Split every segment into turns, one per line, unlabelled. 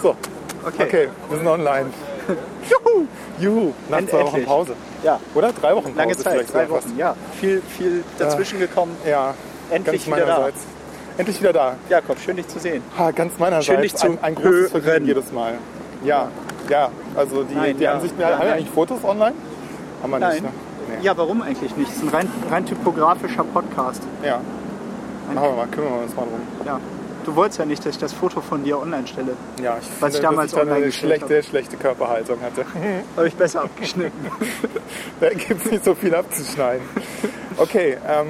So,
Okay.
okay, wir sind online. Juhu! Juhu! Nach zwei Wochen
Endlich.
Pause.
Ja.
Oder? Drei Wochen Pause.
Lange Zeit,
vielleicht
drei
sogar
Wochen, ja. Viel, viel dazwischen gekommen.
fast. Ja,
Endlich
ganz
wieder da.
meinerseits. Endlich wieder da.
Jakob, schön dich zu sehen.
Ha, ganz meinerseits.
Schön, dich zu
ein, ein großes Vergnügen
hören.
jedes Mal. Ja, ja. Also die,
Nein,
die
ja.
Ansichten,
Ja,
haben wir
nein.
eigentlich Fotos online? Haben wir nicht,
Nein.
ne? Nee.
Ja, warum eigentlich nicht? Es ist ein rein, rein typografischer Podcast.
Ja. Machen wir mal, kümmern wir uns mal drum.
Ja. Du wolltest ja nicht, dass ich das Foto von dir online stelle.
Ja, ich
Was ich
dass
damals
ich da
online
eine
gestellt
schlechte, schlechte Körperhaltung hatte.
Habe ich besser abgeschnitten.
da gibt es nicht so viel abzuschneiden. Okay, ähm,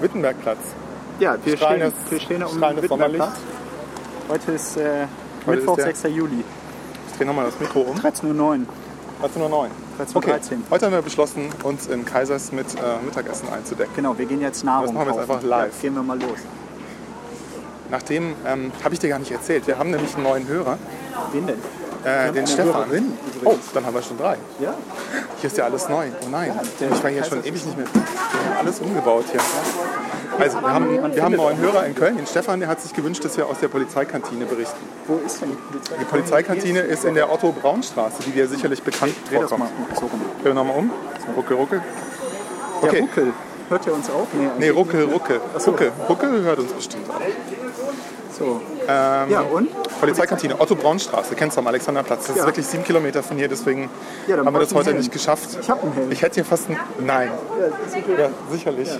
Wittenbergplatz.
Ja, wir stehen,
Strahlendes-
wir stehen um
strahlendes
Wittenberg
Sommerlicht.
Platz. Heute ist äh,
Heute
Mittwoch,
ist der-
6. Juli,
Ich drehe nochmal das Mikro um.
13.09 Uhr.
13.09 Uhr.
13,
Okay,
13.
heute haben wir beschlossen, uns in Kaisers mit äh, Mittagessen einzudecken.
Genau, wir gehen jetzt Nahrung
Das machen wir jetzt
kaufen.
einfach live.
Ja, gehen wir mal los.
Nachdem, ähm, habe ich dir gar nicht erzählt, wir haben nämlich einen neuen Hörer,
Wen denn?
äh,
eine
den Stefan.
Hörerin
oh,
übrigens.
dann haben wir schon drei.
Ja,
Hier ist ja alles neu. Oh nein,
der
ich war hier
Kaisers
schon
ist-
ewig nicht mehr. Wir haben alles umgebaut hier. Also, wir haben, wir haben einen neuen Hörer in Köln, den Stefan, der hat sich gewünscht, dass wir aus der Polizeikantine berichten.
wo ist denn die Polizei?
Die Polizeikantine ist in der Otto-Braun-Straße, die dir sicherlich bekannt
Dreh das mal
vorkommt.
so rum.
Hören wir nochmal um. Ruckel, ruckel.
Der
Okay.
Ruckel. Hört ihr uns auch? Nee,
Nee,
eigentlich
ruckel,
nicht, ne?
ruckel.
Ach so.
Ruckel, ruckel hört uns bestimmt auch.
also So.
Ähm,
Ja, und?
Polizeikantine, Otto-Braun-Straße, kennst du am Alexanderplatz. Das ist
Ja.
wirklich sieben Kilometer von hier, deswegen
Ja, dann
haben wir
brauchst
das
du einen
heute
Helm.
nicht geschafft.
Ich hab einen Helm.
Ich hätte hier fast einen. Nein. Ja, sicherlich.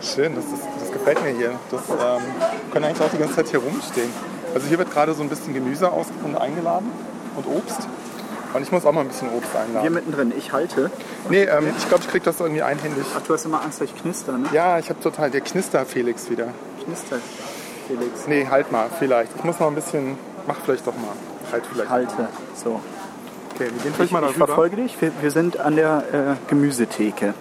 Schön, das, ist, das gefällt mir hier. Das ähm, können eigentlich auch die ganze Zeit hier rumstehen. Also hier wird gerade so ein bisschen Gemüse aus und eingeladen und Obst. Und ich muss auch mal ein bisschen Obst
Hier
einladen.
mittendrin, ich halte.
Nee, ähm, ich glaube, ich krieg das irgendwie einhändig.
Ach, du hast immer Angst, dass ich knister, ne?
Ja, ich habe total. Der Knister Felix wieder.
Knister, Felix.
Nee, halt mal, vielleicht. Ich muss noch ein bisschen. Mach vielleicht doch mal. Halt vielleicht.
Halte. So.
Okay, wir gehen vielleicht
Ich,
mal
ich
darüber.
verfolge dich. Wir, wir sind an der äh, Gemüsetheke.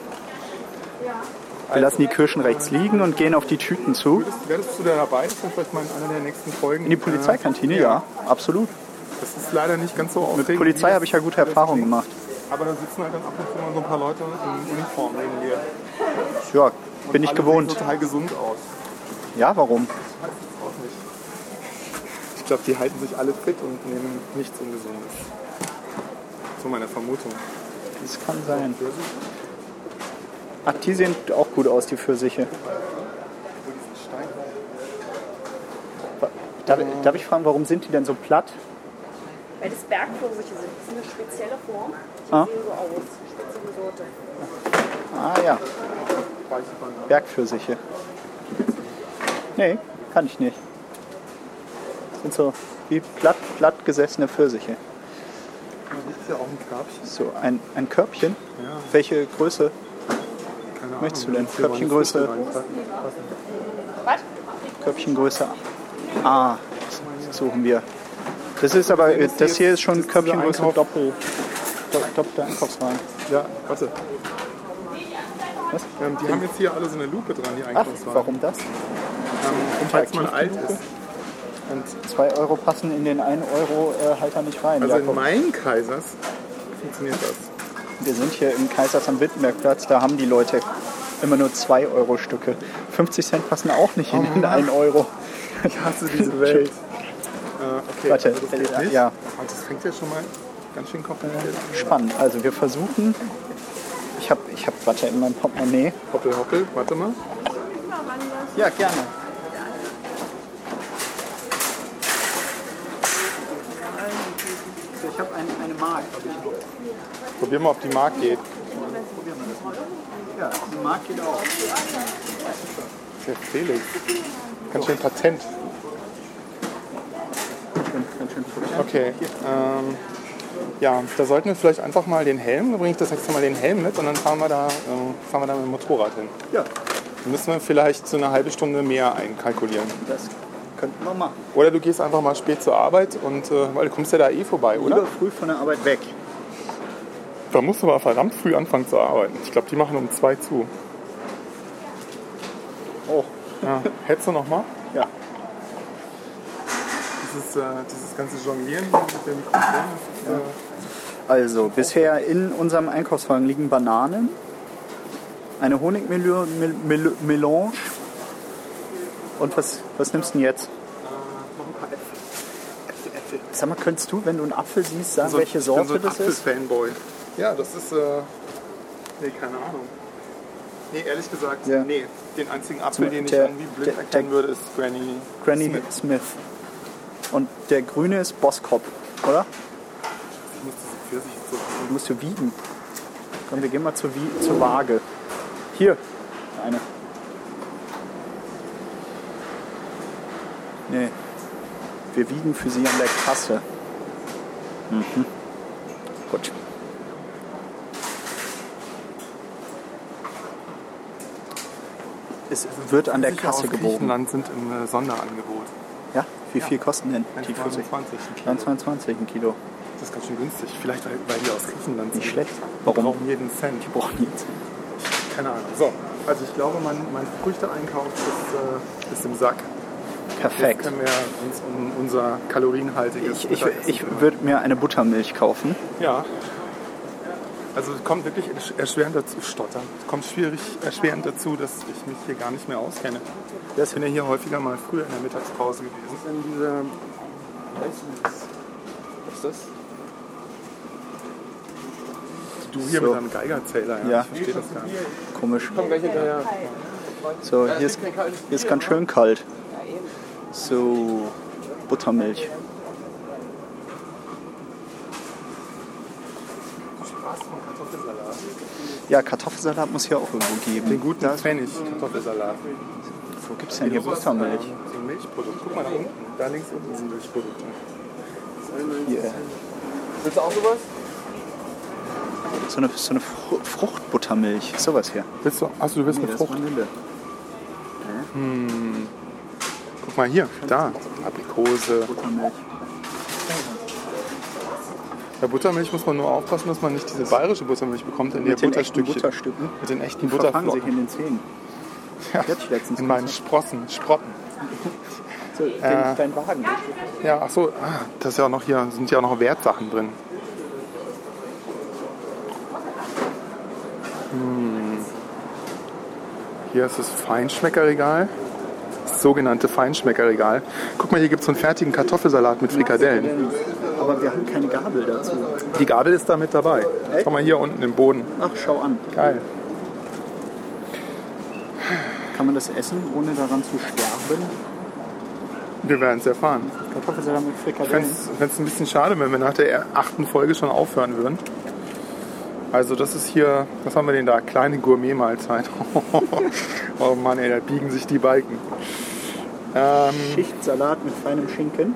Wir lassen die Kirschen rechts liegen und gehen auf die Tüten zu.
Werdest du da dabei? Das ist vielleicht mal in einer der nächsten Folgen.
In die Polizeikantine?
Äh,
Ja, absolut.
Das ist leider nicht ganz so
Mit
aufregend.
Polizei habe ich ja gute Erfahrungen gemacht.
Aber da sitzen halt dann ab und zu mal so ein paar Leute in Uniform neben dir.
Ja, bin ich
Alle
gewohnt.
Sehen total gesund aus.
Ja, warum?
Auch nicht. Ich glaube, die halten sich alle fit und nehmen nichts Ungesundes. So meine Vermutung.
Das kann sein. Ach, die sehen auch gut aus, die Pfirsiche.
Stein.
Darf, darf ich fragen, warum sind die denn so platt?
Weil das Bergpfirsiche sind. Das ist eine spezielle Form. Die
Ah.
sehen so aus. Spezielle Sorte.
Ah ja,
Weiche Banane.
Bergpfirsiche. Nee, kann ich nicht. Sind so wie platt, platt gesessene Pfirsiche.
Da liegt ja auch ein Körbchen.
So, ein, ein Körbchen.
Ja.
Welche Größe?
Keine
Möchtest
Ahnung,
du denn?
wenn ich hier mal eine
Körbchengröße?
Fische reinpacken.
Was?
Körbchengröße A Ah, suchen wir. Das ist aber, äh, das hier ist schon Körbchengröße
Einkauf-
Doppel. do- Doppelte Einkaufswagen.
Ja, warte.
Was?
Ähm, die haben jetzt hier alle so eine Lupe dran, die
Ach,
Einkaufswagen.
warum das?
Ähm, und falls man alt ist. Und
2 Euro passen in den 1 Euro äh, Halter nicht rein.
also in
Jakob.
meinen Kaisers funktioniert das.
Wir sind hier im Kaisers am Wittenbergplatz, da haben die Leute immer nur 2 Euro Stücke. 50 Cent passen auch nicht in den 1 Euro.
Ich hasse diese Welt. Äh, okay,
Warte,
also das geht
äh,
nicht.
ja.
Und das fängt ja schon mal ganz schön kompliziert an.
Spannend. Also wir versuchen. Ich habe ich hab Watte in meinem Portemonnaie.
Hoppel, hoppel, warte mal.
Ja, gerne. Ich habe eine Mark.
Probier mal, ob die Mark geht.
Ja, eine Mark geht auch.
Der Felix. Ganz schön patent. Okay. Ähm, ja, da sollten wir vielleicht einfach mal den Helm, da bringe ich das nächste Mal den Helm mit und dann fahren wir da, ähm, fahren wir da mit dem Motorrad hin.
Ja,
Dann müssen wir vielleicht so eine halbe Stunde mehr einkalkulieren.
das könnten wir machen.
Oder du gehst einfach mal spät zur Arbeit und äh, weil du kommst ja da eh vorbei,
Lieber
oder?
früh von der Arbeit weg.
Da musst du aber verdammt früh anfangen zu arbeiten. Ich glaube, die machen um zwei zu.
Oh,
Ja. Hättest du noch mal?
ja.
Dieses, äh, dieses ganze Jonglieren hier mit dem Mikrofon.
Also, bisher in unserem Einkaufswagen liegen Bananen, eine Honigmelange, Und was, was nimmst du denn
Noch
jetzt?
ein paar Äpfel. Äpfel, Äpfel.
Sag mal, könntest du, wenn du einen Apfel siehst, sagen,
So ein-
welche
ich bin
Sorte
so ein
das ist?
Apfel-Fanboy. Ja, das ist. Äh, nee, keine Ahnung. Nee, ehrlich gesagt,
Ja.
nee. Den einzigen Apfel,
Zum-
den ich
der-
irgendwie blind
der-
erkennen
der-
würde, ist Granny.
Granny
Smith.
Smith. Und der grüne ist Boskop, oder?
Ich muss diese Pfirsiche zupfen.
Du musst du wiegen. Komm, wir gehen mal zur, Wie zur Waage. Hier, eine. Nee. Wir wiegen für sie an der Kasse. Mhm. Gut. Es wird an der
Pfirsiche
Kasse
aus
gebogen.
Griechenland sind im äh, Sonderangebot.
Ja? Wie viel kosten denn die Pfirsich?
29 ein Kilo.
29 ein Kilo.
Das ist ganz schön günstig. Vielleicht, weil, weil die aus Griechenland sind.
Nicht schlecht.
Warum?
Warum?
Die brauchen jeden Cent.
Die brauchen nichts.
Keine Ahnung. So, also ich glaube, mein, mein Früchteeinkauf ist, äh, ist im Sack. Jetzt
Perfekt.
können wir uns um unser kalorienhaltiges
Ich, ich,
Mittagessen
ich würde mir eine Buttermilch kaufen.
Ja. Also es kommt wirklich ersch- erschwerend dazu, stottern. Es kommt schwierig erschwerend dazu, dass ich mich hier gar nicht mehr auskenne. Ich bin ja hier häufiger mal früher in der Mittagspause gewesen.
in dieser. Was ist das?
Du hier
So.
mit deinem Geigerzähler, ja.
Ja.
Ich verstehe das gar nicht.
Komisch.
Komm gleich hinterher.
So, hier ist, hier ist ganz schön kalt. So, Buttermilch. Ja, Kartoffelsalat muss hier auch irgendwo
Den
geben.
guten Pfennig, Kartoffelsalat.
Wo gibt es denn hier Buttermilch?
So ein Milchprodukt. Guck mal da unten. Da links unten sind Milchprodukte.
Hier.
Willst du auch sowas?
So eine, so eine Fru- Fruchtbuttermilch. Sowas hier.
Willst du, achso, du willst
Nee,
eine
das ist
Frucht.
Vanille.
Guck mal hier, da. Aprikose.
Buttermilch.
Bei Buttermilch muss man nur aufpassen, dass man nicht diese bayerische Buttermilch bekommt, in der
Mit den echten
Butterstückchen.
Butterstücken.
mit den echten
Die verfangen sich
Butterflocken.
in den Zähnen. Die hatte ich letztens
In meinen Äh,
kurz.
Sprossen, Sprotten.
So, den, dein Wagen.
Ja, ach so, ah, das ist ja auch noch hier, sind ja auch noch Wertsachen drin. Hm. Hier ist das Feinschmeckerregal. Das sogenannte Feinschmeckerregal. Guck mal, hier gibt es so einen fertigen Kartoffelsalat mit Frikadellen.
Aber wir haben keine Gabel dazu.
Die Gabel ist da mit dabei.
Echt?
Guck mal hier unten im Boden.
Ach, schau an.
Geil.
Kann man das essen, ohne daran zu sterben?
Wir werden es erfahren.
Kartoffelsalat mit
Ich fände
Frikadellen.
es ein bisschen schade, wenn wir nach der achten Folge schon aufhören würden. Also das ist hier, was haben wir denn da? Kleine Gourmet-Mahlzeit. oh Mann, ey, da biegen sich die Balken. Ähm,
Schichtsalat mit feinem Schinken.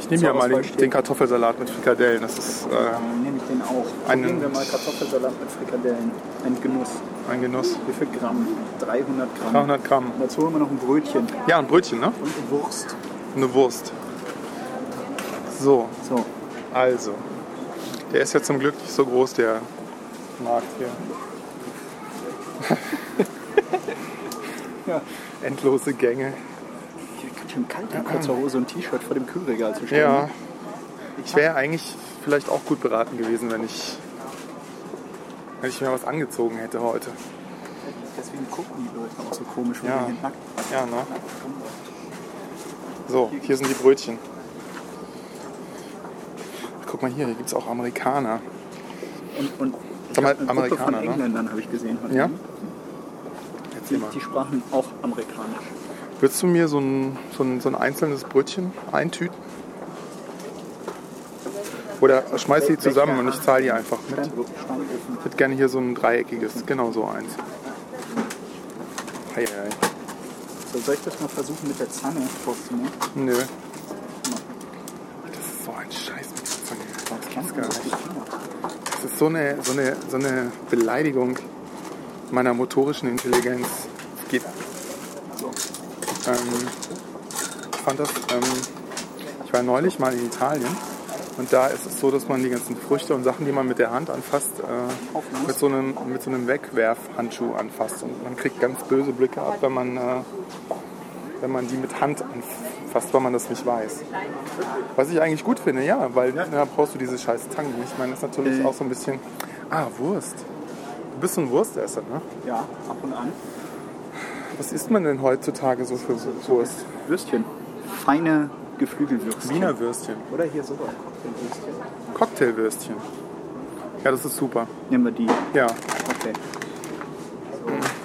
ich nehme ja mal den,
Auswahl
den Kartoffelsalat mit Frikadellen. Das ist äh,
Dann nehme ich den auch.
Einen-
Probieren wir mal Kartoffelsalat mit Frikadellen. Ein Genuss.
ein Genuss.
Wie viel Gramm? 300 Gramm.
300 Gramm.
Und Dazu holen wir noch ein Brötchen
Ja, ein Brötchen, ne?
und eine Wurst.
Eine Wurst. So,
So,
also. Der ist ja zum Glück nicht so groß, der Markt hier.
Ja.
Endlose Gänge.
hier ist ganz schön kalt in kurzer Hose und T-Shirt vor dem Kühlregal zu stehen.
Ja. Ich wäre eigentlich vielleicht auch gut beraten gewesen, wenn ich, wenn ich mir was angezogen hätte heute.
Deswegen gucken die Leute auch so komisch, wenn
Ja.
wir hier nackt
Ja, ne? So, hier sind die Brötchen. Guck mal hier, hier gibt es auch Amerikaner.
Und, und ich
Sag mal,
hab eine Gruppe von
Amerikaner, ne?
Engländern habe ich gesehen. heute.
Ja?
Die,
Erzähl mal.
die sprachen auch amerikanisch.
Würdest du mir so ein, so ein, so ein einzelnes Brötchen eintüten? Oder schmeiß die zusammen und ich zahle die einfach mit.
Steinbrück- Steinbrücken.
Ich hätte gerne hier so ein dreieckiges, genau so eins. Ei, ei, ei.
So, soll ich das mal versuchen mit der Zange vorzunehmen?
Nö. Das ist so ein Scheiß mit der Zange.
Das kannst
gar nicht.
nicht.
Das ist so eine, so eine, so eine Beleidigung meiner motorischen Intelligenz. Es geht. Ähm, ich fand das. Ähm, ich war neulich mal in Italien und da ist es so, dass man die ganzen Früchte und Sachen, die man mit der Hand anfasst, äh, mit, so einem, mit so einem Wegwerfhandschuh anfasst. Und man kriegt ganz böse Blicke ab, wenn man, äh, wenn man die mit Hand anfasst, weil man das nicht weiß. Was ich eigentlich gut finde, ja, Äh. weil da brauchst du diese scheiß Tangen. Ich meine, das ist natürlich auch so ein bisschen. Ah, Wurst. Du bist so ein Wurstesser, ne?
Ja, ab und an.
Was isst man denn heutzutage so für Wurst?
Würstchen. Feine Geflügelwürstchen.
Wiener Würstchen.
Oder hier sowas.
Cocktailwürstchen. Ja, das ist super.
Nehmen wir die.
Ja,
Okay.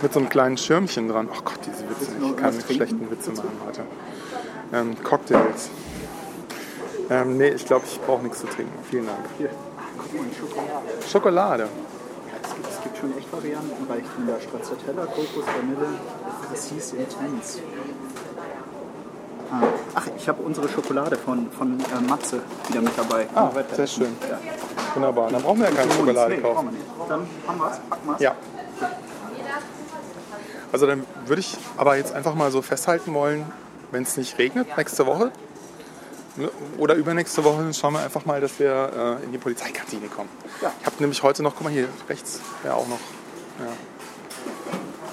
mit so einem kleinen Schirmchen dran. Oh Gott, diese Witze.
noch
Ich kann
was trinken?
schlechten Witze machen heute. Ähm, Cocktails. Ähm, nee, ich glaube, ich brauche nichts zu trinken. Vielen Dank.
Hier. Guck mal, Schokolade.
Schokolade.
Es gibt, es gibt schon echt Varianten, reichen da Stracciatella, Kokos, Vanille. Das hieß Intense. Ah, ach, ich habe unsere Schokolade von, von äh, Matze wieder mit dabei.
Ah, sehr schön.
Ja.
Wunderbar. Dann brauchen wir ja keine Schokolade
Nee,
kaufen.
brauchen wir nicht. Dann haben wir es, packen wir es.
Ja. Also dann würde ich aber jetzt einfach mal so festhalten wollen, wenn es nicht regnet nächste Woche ne, oder übernächste Woche, dann schauen wir einfach mal, dass wir äh, in die Polizeikantine kommen.
Ja.
Ich habe nämlich heute noch, guck mal hier rechts, wäre auch noch. Ja.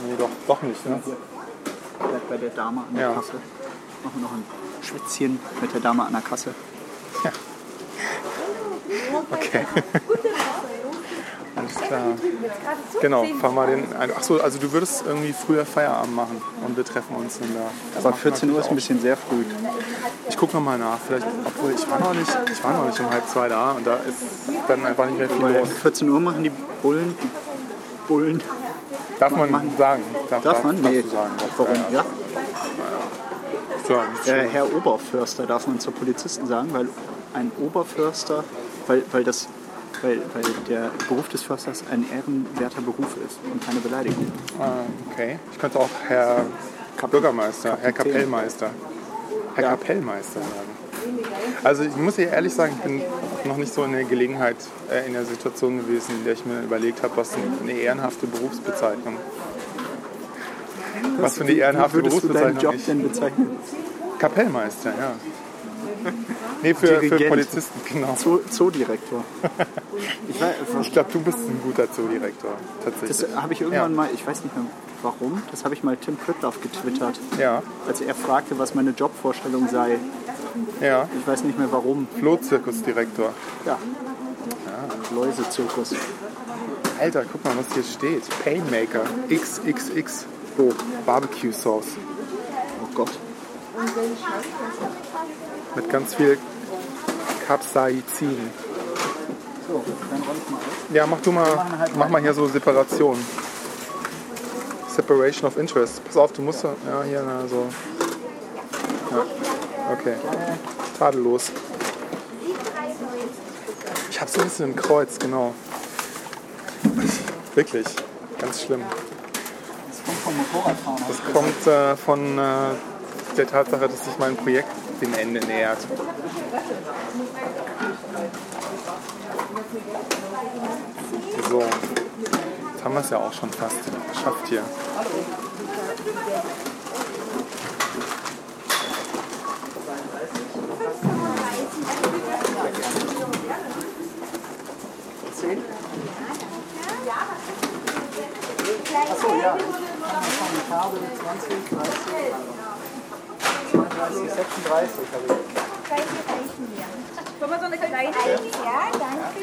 Nee, doch, doch nicht. Ne?
Bleibt bei der Dame an der
Ja.
Kasse. Machen wir noch ein Schwätzchen mit der Dame an der Kasse.
Okay. Alles klar. Genau, fahren wir den. Achso, also du würdest irgendwie früher Feierabend machen und wir treffen uns dann da. Das
Aber
macht
14 Uhr
natürlich
ist ein
auch
bisschen sehr früh.
Ich gucke nochmal nach. Vielleicht, obwohl ich war, noch nicht, ich war noch nicht um halb zwei da und da ist dann einfach nicht mehr viel
Weil
los.
14 Uhr machen die Bullen. Die Bullen.
Darf man
Machen.
sagen?
Darf man?
darfst
Nee.
du sagen.
Warum?
Ja,
Ja.
so, nicht
Äh,
schlimm.
Herr Oberförster darf man zu Polizisten sagen, weil ein Oberförster, weil, weil, das, weil, weil der Beruf des Försters ein ehrenwerter Beruf ist und keine Beleidigung.
Ah, okay. Ich könnte auch Herr Bürgermeister, Herr Kapellmeister. Herr
Ja.
Kapellmeister sagen. Also ich muss hier ehrlich sagen, ich bin noch nicht so in der Gelegenheit, äh, in der Situation gewesen, in der ich mir überlegt habe, was eine ehrenhafte Berufsbezeichnung. Was für eine ehrenhafte
Wie würdest du deinen
Berufsbezeichnung
Job
ich
denn bezeichnen?
Kapellmeister, ja. Nee, für, für
Dirigent.
Polizisten, genau.
Zoo, Zoodirektor. Ich, weiß-
Ich glaube, du bist ein guter Zoodirektor, tatsächlich.
Das habe ich irgendwann
Ja.
mal, ich weiß nicht mehr warum, das habe ich mal Tim Pritloff getwittert,
Ja,
als er fragte, was meine Jobvorstellung sei.
ja.
Ich weiß nicht mehr warum.
Flohzirkusdirektor.
Ja.
Ah.
Läusezirkus.
Alter, guck mal, was hier steht. Painmaker. XXX. Oh, Barbecue Sauce.
Oh Gott.
Mit ganz viel Capsaicin.
So, dann räum ich mal auf.
Ja, mach du
machen
mal,
halt
mach mal hier so Separation. Separation of Interest. Pass auf, du musst so- ja hier na, so. Ja. Okay. Tadellos. Ich habe so ein bisschen im Kreuz, genau. Wirklich, ganz schlimm.
Das kommt vom Motorradfahren.
Das kommt äh, von äh, der Tatsache, dass sich mein Projekt dem Ende nähert. So, jetzt haben wir es ja auch schon fast geschafft hier.
Achso, ja. Farbe 20, 30, 32, 36 habe ich.
Wollen wir so eine kleine?
Ja, danke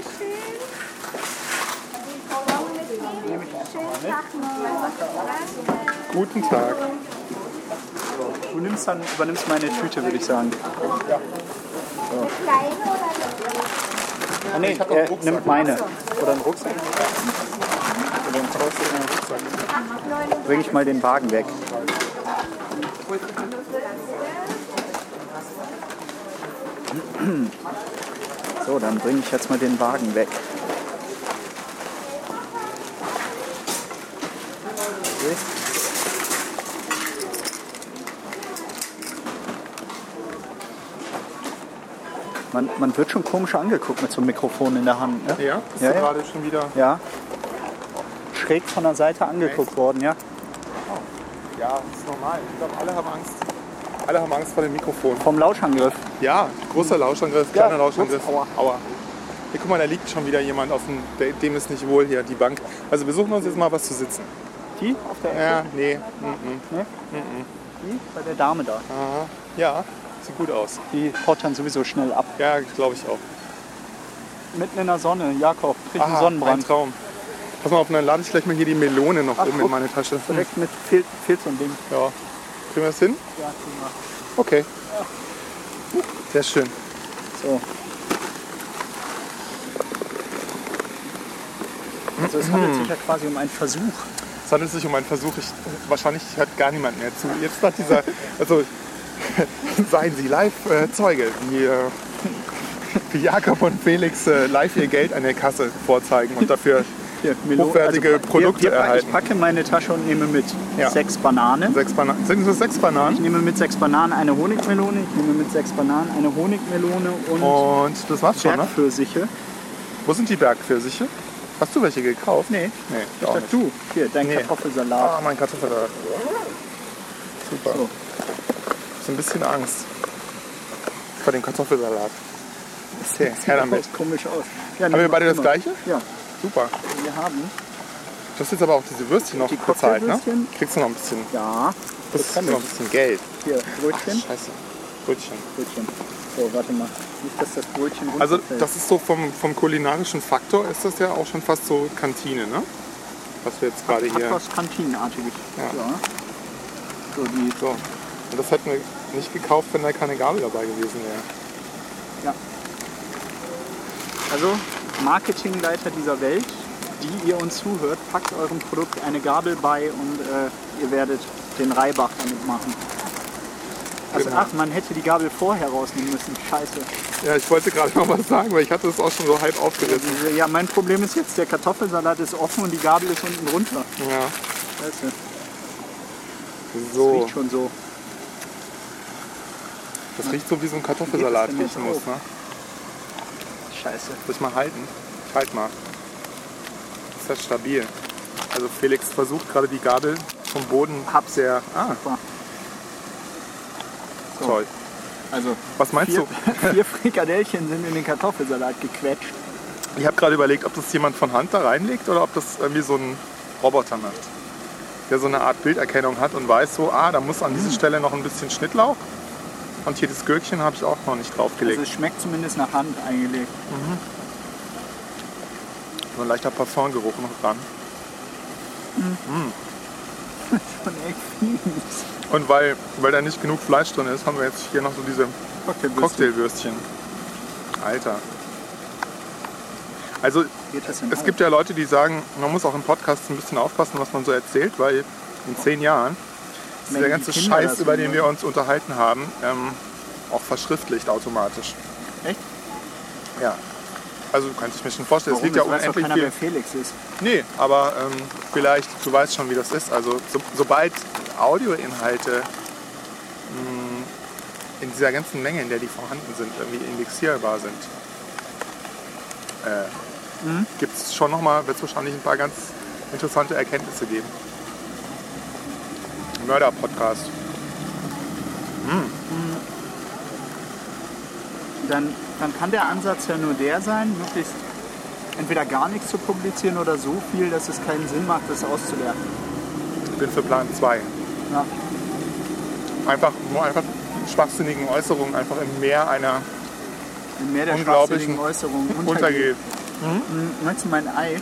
schön. Schönen Tag noch. Danke.
Guten Tag.
Du nimmst dann, übernimmst meine Tüte, würde ich sagen.
Eine kleine oder eine
Ah, nee, er nimmt meine. Oder einen Rucksack. Oder einen Rucksack. Bring ich mal den Wagen weg. So, dann bringe ich jetzt mal den Wagen weg. Man, man wird schon komisch angeguckt mit so einem Mikrofon in der Hand. Ne?
Ja, bist
Ja,
du
ja.
gerade schon wieder.
Ja. Schräg von der Seite angeguckt worden, ja.
Ja, das ist normal. Ich glaube, alle haben Angst. Alle haben Angst vor dem Mikrofon.
Vom Lauschangriff.
Ja, großer Lauschangriff, kleiner
Ja,
Lauschangriff.
ups, aua.
Aua. Hier, guck mal, da liegt schon wieder jemand auf dem, der- dem ist nicht wohl hier, die Bank. Also wir suchen uns jetzt mal was zu sitzen.
Die? Auf der Ecke?
Ja, nee. mm, mm.
Die? Bei der Dame da.
Aha. Ja, sieht gut aus.
Die haut dann sowieso schnell ab.
Ja, glaube ich auch.
Mitten in der Sonne, Jakob, kriegt einen
Aha, ein
Sonnenbrand.
Traum. Pass mal auf, dann lade ich gleich mal hier die Melone noch
Ach,
oben in
guck.
meine Tasche. Hm.
Direkt mit fehlt, fehlt so ein Ding.
Ja. Kriegen wir das hin?
Ja, guck mal.
Okay. Sehr schön.
So. Also es handelt sich ja
Mhm.
quasi um einen Versuch.
Es handelt sich um einen Versuch. Ich, wahrscheinlich hört gar niemand mehr zu. Jetzt nach dieser. Also, seien Sie live äh, Zeuge, wie, äh, wie Jakob und Felix äh, live ihr Geld an der Kasse vorzeigen und dafür
Hier,
Hochwertige Produkte
hier, hier,
erhalten.
Ich packe meine Tasche und nehme mit
Ja.
sechs Bananen.
sechs Bananen. Sind das sechs
Ich
Bananen?
nehme mit sechs Bananen eine Honigmelone. Ich nehme mit sechs Bananen eine Honigmelone und
Und das war's schon, ne?
Bergpfirsiche.
Wo sind die Bergpfirsiche? Hast du welche gekauft?
Nee,
Nee, ich
ich
auch
dachte
nicht.
du. Hier, dein
Nee.
Kartoffelsalat.
Ah, mein Kartoffelsalat. Super.
So.
Ich hab so ein bisschen Angst vor dem Kartoffelsalat. Okay, her damit.
Sieht komisch aus. Ja,
Haben wir beide das gleiche?
Ja,
Super.
wir haben.
Du hast jetzt aber auch diese Würstchen noch
Die
bezahlt, ne?
Cocktailwürstchen?
Kriegst du noch ein bisschen,
Ja,
kriegst du noch ein bisschen Geld.
hier, Brötchen.
Scheiße. Brötchen.
Brötchen. So, warte mal. Nicht, dass das Brötchen
Also
runterfällt.
das ist so vom, vom kulinarischen Faktor ist das ja auch schon fast so Kantine, ne? Was wir jetzt gerade
hat
hier.
was Kantinenartiges.
Ja.
So, die,
So. Und das hätten wir nicht gekauft, wenn da keine Gabel dabei gewesen wäre.
also Marketingleiter dieser Welt, die ihr uns zuhört, packt eurem Produkt eine Gabel bei und äh, ihr werdet den Reibach damit machen. Also,
Genau.
ach, man hätte die Gabel vorher rausnehmen müssen. Scheiße.
Ja, ich wollte gerade noch was sagen, weil ich hatte es auch schon so halb aufgerissen.
Diese, ja, mein Problem ist jetzt, der Kartoffelsalat ist offen und die Gabel ist unten runter.
Ja.
Scheiße. Das
So.
riecht schon so.
Das riecht so wie so ein Kartoffelsalat
Wie geht das
riechen
denn
muss,
jetzt
ne?
Scheiße.
Soll ich mal halten? Ich halt mal. Ist das stabil? Also Felix versucht gerade die Gabel vom Boden ab sehr. Ah,
Super. So.
toll.
Also,
Was meinst
vier,
du?
vier Frikadellchen sind in den Kartoffelsalat gequetscht.
Ich habe gerade überlegt, ob das jemand von Hand da reinlegt oder ob das irgendwie so ein Roboter macht. Der so eine Art Bilderkennung hat und weiß so, ah, da muss an
Mhm.
dieser Stelle noch ein bisschen Schnittlauch. Und hier das Gürkchen habe ich auch noch nicht draufgelegt.
Also es schmeckt zumindest nach Hand eingelegt.
so ein leichter Parfumgeruch noch dran.
Schon echt fies.
Und weil, weil da nicht genug Fleisch drin ist, haben wir jetzt hier noch so diese
Cocktailwürste.
Cocktailwürstchen. Alter. Also
Geht das denn
es gibt ja Leute, die sagen, man muss auch im Podcast ein bisschen aufpassen, was man so erzählt, weil in zehn Jahren ist
Wenn
der
die
ganze
Kinder
Scheiß,
das
über den
hören.
wir uns unterhalten haben, ähm, auch verschriftlicht automatisch.
Echt?
Ja. Also du kannst dich mir schon vorstellen,
Warum?
es liegt ja
Jetzt weiß doch
unendlich
keiner,
viel.
wer Felix ist.
Nee, aber ähm, vielleicht, du weißt schon, wie das ist. Also so, sobald Audioinhalte mh, in dieser ganzen Menge, in der die vorhanden sind, irgendwie indexierbar sind, äh,
Mhm.
gibt's schon noch mal, wird es wahrscheinlich ein paar ganz interessante Erkenntnisse geben. Mörder-Podcast.
Dann, dann kann der Ansatz ja nur der sein, möglichst entweder gar nichts zu publizieren oder so viel, dass es keinen Sinn macht, das auszuwerten.
Ich bin für Plan 2.
Ja.
Einfach, nur einfach schwachsinnigen Äußerungen einfach im Meer einer
Wenn mehr der
Unglaublichen
schwachsinnigen Äußerungen untergeht.
untergeht.
Hm, Möchtest du mein Ei?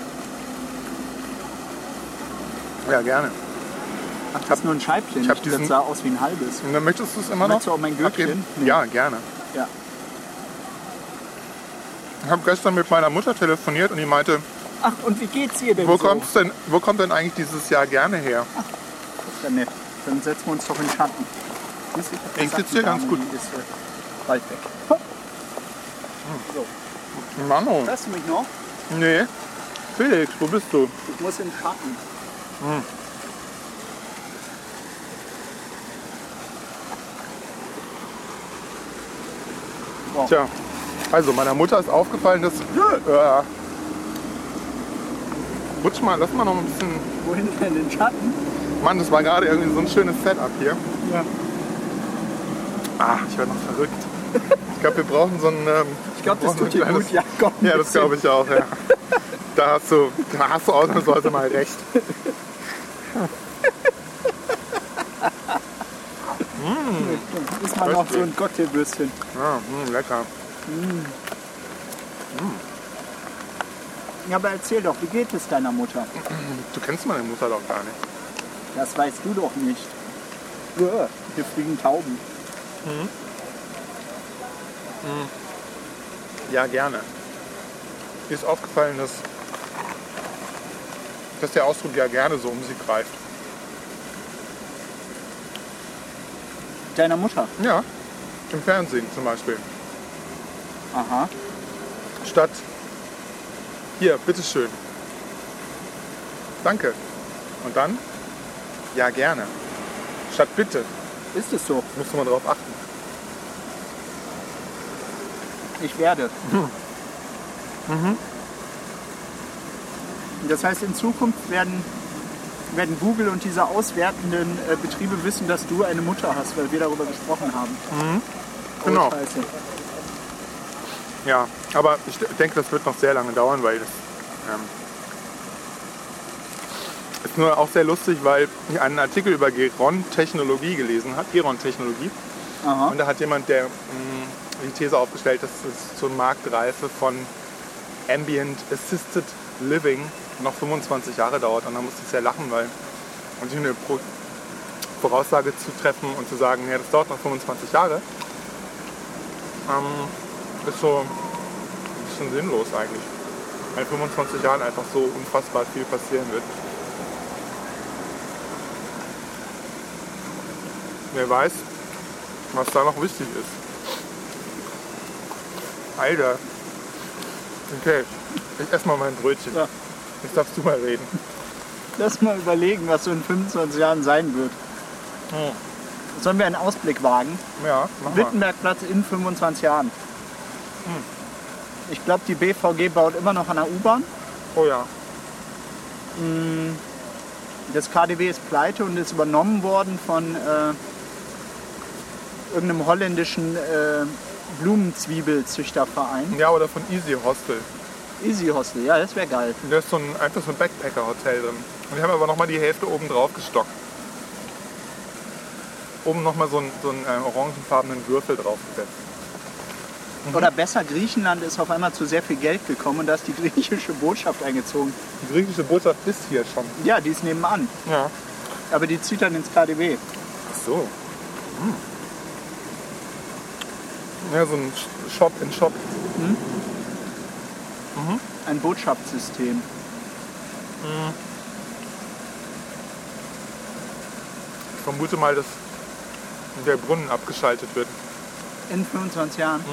Ja, gerne.
Ach, das ist nur ein Scheibchen.
ich hab
das
diesen-
sah aus wie ein halbes.
Und dann möchtest du es immer noch?
Möchtest du auch mein Gürkchen?
abgeben?
Nee.
Ja, gerne.
Ja.
Ich habe gestern mit meiner Mutter telefoniert und die meinte,
Ach, und wie geht's ihr denn
wo,
so?
kommt's denn, wo kommt denn eigentlich dieses Jahr gerne her?
Ja, nett. Dann setzen wir uns doch in den Schatten. Siehst du, ich hab
Ich
gesagt,
sitz hier
die Dame,
ganz gut.
die Ist äh, bald weg. So,
Mann, oh.
hörst du mich noch?
nee. Felix, wo bist du?
Ich muss in den Schatten.
Tja, also meiner Mutter ist aufgefallen, dass... Äh, rutsch mal, lass mal noch ein bisschen...
Wohin denn in den Schatten?
Mann, das war gerade irgendwie so ein schönes Setup hier.
Ja.
Ah, ich werde noch verrückt. Ich glaube, wir brauchen so ein... Ähm,
Ich glaube, das
wir brauchen
tut
so
dir
ein
gut,
kleines-
Jakob.
Ja, das glaube ich auch, ja. Da hast du, da hast du ausnahmsweise mal recht.
Ist mal noch so
Richtig.
ein Cocktailbürstchen.
Ah, hm, Ja, mh, lecker.
Ja, aber erzähl doch, wie geht es deiner Mutter?
Du kennst meine Mutter doch gar nicht.
Das weißt du doch nicht. Uah, Hier fliegen Tauben.
Ja, gerne. Mir ist aufgefallen, dass, dass der Ausdruck ja gerne so um sie greift.
Deiner Mutter.
Ja, im Fernsehen zum Beispiel.
Aha.
Statt hier, bitteschön. Danke. Und dann? Ja, gerne. Statt bitte.
Ist es so?
Muss man drauf achten.
Ich werde. Mhm. Das heißt, in Zukunft werden, werden Google und diese auswertenden äh, Betriebe wissen, dass du eine Mutter hast, weil wir darüber gesprochen haben.
Genau.
Oh, scheiße.
Ja, aber ich denke, das wird noch sehr lange dauern, weil das ähm, ist nur auch sehr lustig, weil ich einen Artikel über Geron-Technologie gelesen habe, Geron-Technologie.
Aha.
Und da hat jemand der, mh, die These aufgestellt, dass es zur Marktreife von Ambient Assisted Living noch 25 Jahre dauert. Und da musste ich sehr lachen, weil und hier eine Pro Voraussage zu treffen und zu sagen, ja, das dauert noch 25 Jahre, ähm, ist so ein bisschen sinnlos eigentlich. Weil in 25 Jahren einfach so unfassbar viel passieren wird. Wer weiß, was da noch wichtig ist. Alter. Okay, ich esse mal mein Brötchen.
Ja.
Jetzt darfst du mal reden.
Lass mal überlegen, was so in 25 Jahren sein wird. Sollen wir einen Ausblick wagen?
Ja, mach mal.
Wittenbergplatz in 25 Jahren.
Mhm.
Ich glaube, die BVG baut immer noch an der U-Bahn.
Oh ja.
Mm, Das KDW ist pleite und ist übernommen worden von äh, irgendeinem holländischen äh, Blumenzwiebelzüchterverein.
Ja, oder von Easy Hostel.
Easy Hostel, ja, das wäre geil.
Da ist so ein, einfach so ein Backpacker-Hotel drin. Und die haben aber nochmal die Hälfte oben drauf gestockt. Oben nochmal so einen, so einen äh, orangenfarbenen Würfel draufgesetzt.
Oder besser, Griechenland ist auf einmal zu sehr viel Geld gekommen und da ist die griechische Botschaft eingezogen.
Die griechische Botschaft ist hier schon.
Ja, die ist nebenan,
Ja.
aber die zieht dann ins KDW.
Ach so. Hm. Ja, so ein Sh- Shop in Shop.
Ein Botschaftssystem.
Ich vermute mal, dass der Brunnen abgeschaltet wird.
In 25 Jahren.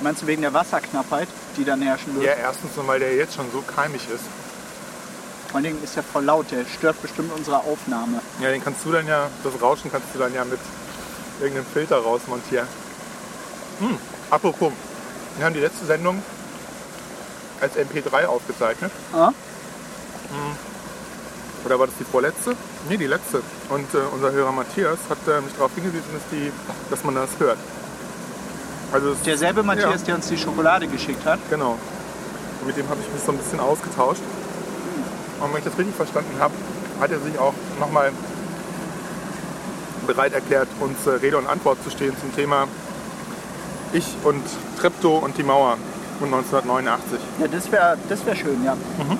Meinst du wegen der Wasserknappheit, die dann herrschen wird?
Ja, erstens, und weil der jetzt schon so keimig ist.
Vor allen Dingen ist er voll laut, der stört bestimmt unsere Aufnahme.
Ja, den kannst du dann ja, das Rauschen kannst du dann ja mit irgendeinem Filter rausmontieren. Hm, apropos, wir haben die letzte Sendung als MP3 aufgezeichnet.
Ah?
Oder war das die vorletzte? Nee, die letzte. Und äh, unser Hörer Matthias hat äh, mich darauf hingewiesen, dass, die, dass man das hört. Also das-
Derselbe Matthias,
Ja,
der uns die Schokolade geschickt hat.
genau. Und mit dem habe ich mich so ein bisschen ausgetauscht. Und wenn ich das richtig verstanden habe, hat er sich auch nochmal bereit erklärt, uns äh, Rede und Antwort zu stehen zum Thema Ich und Treptow und die Mauer und 1989.
Ja, das wäre das wär schön, ja.
Mhm.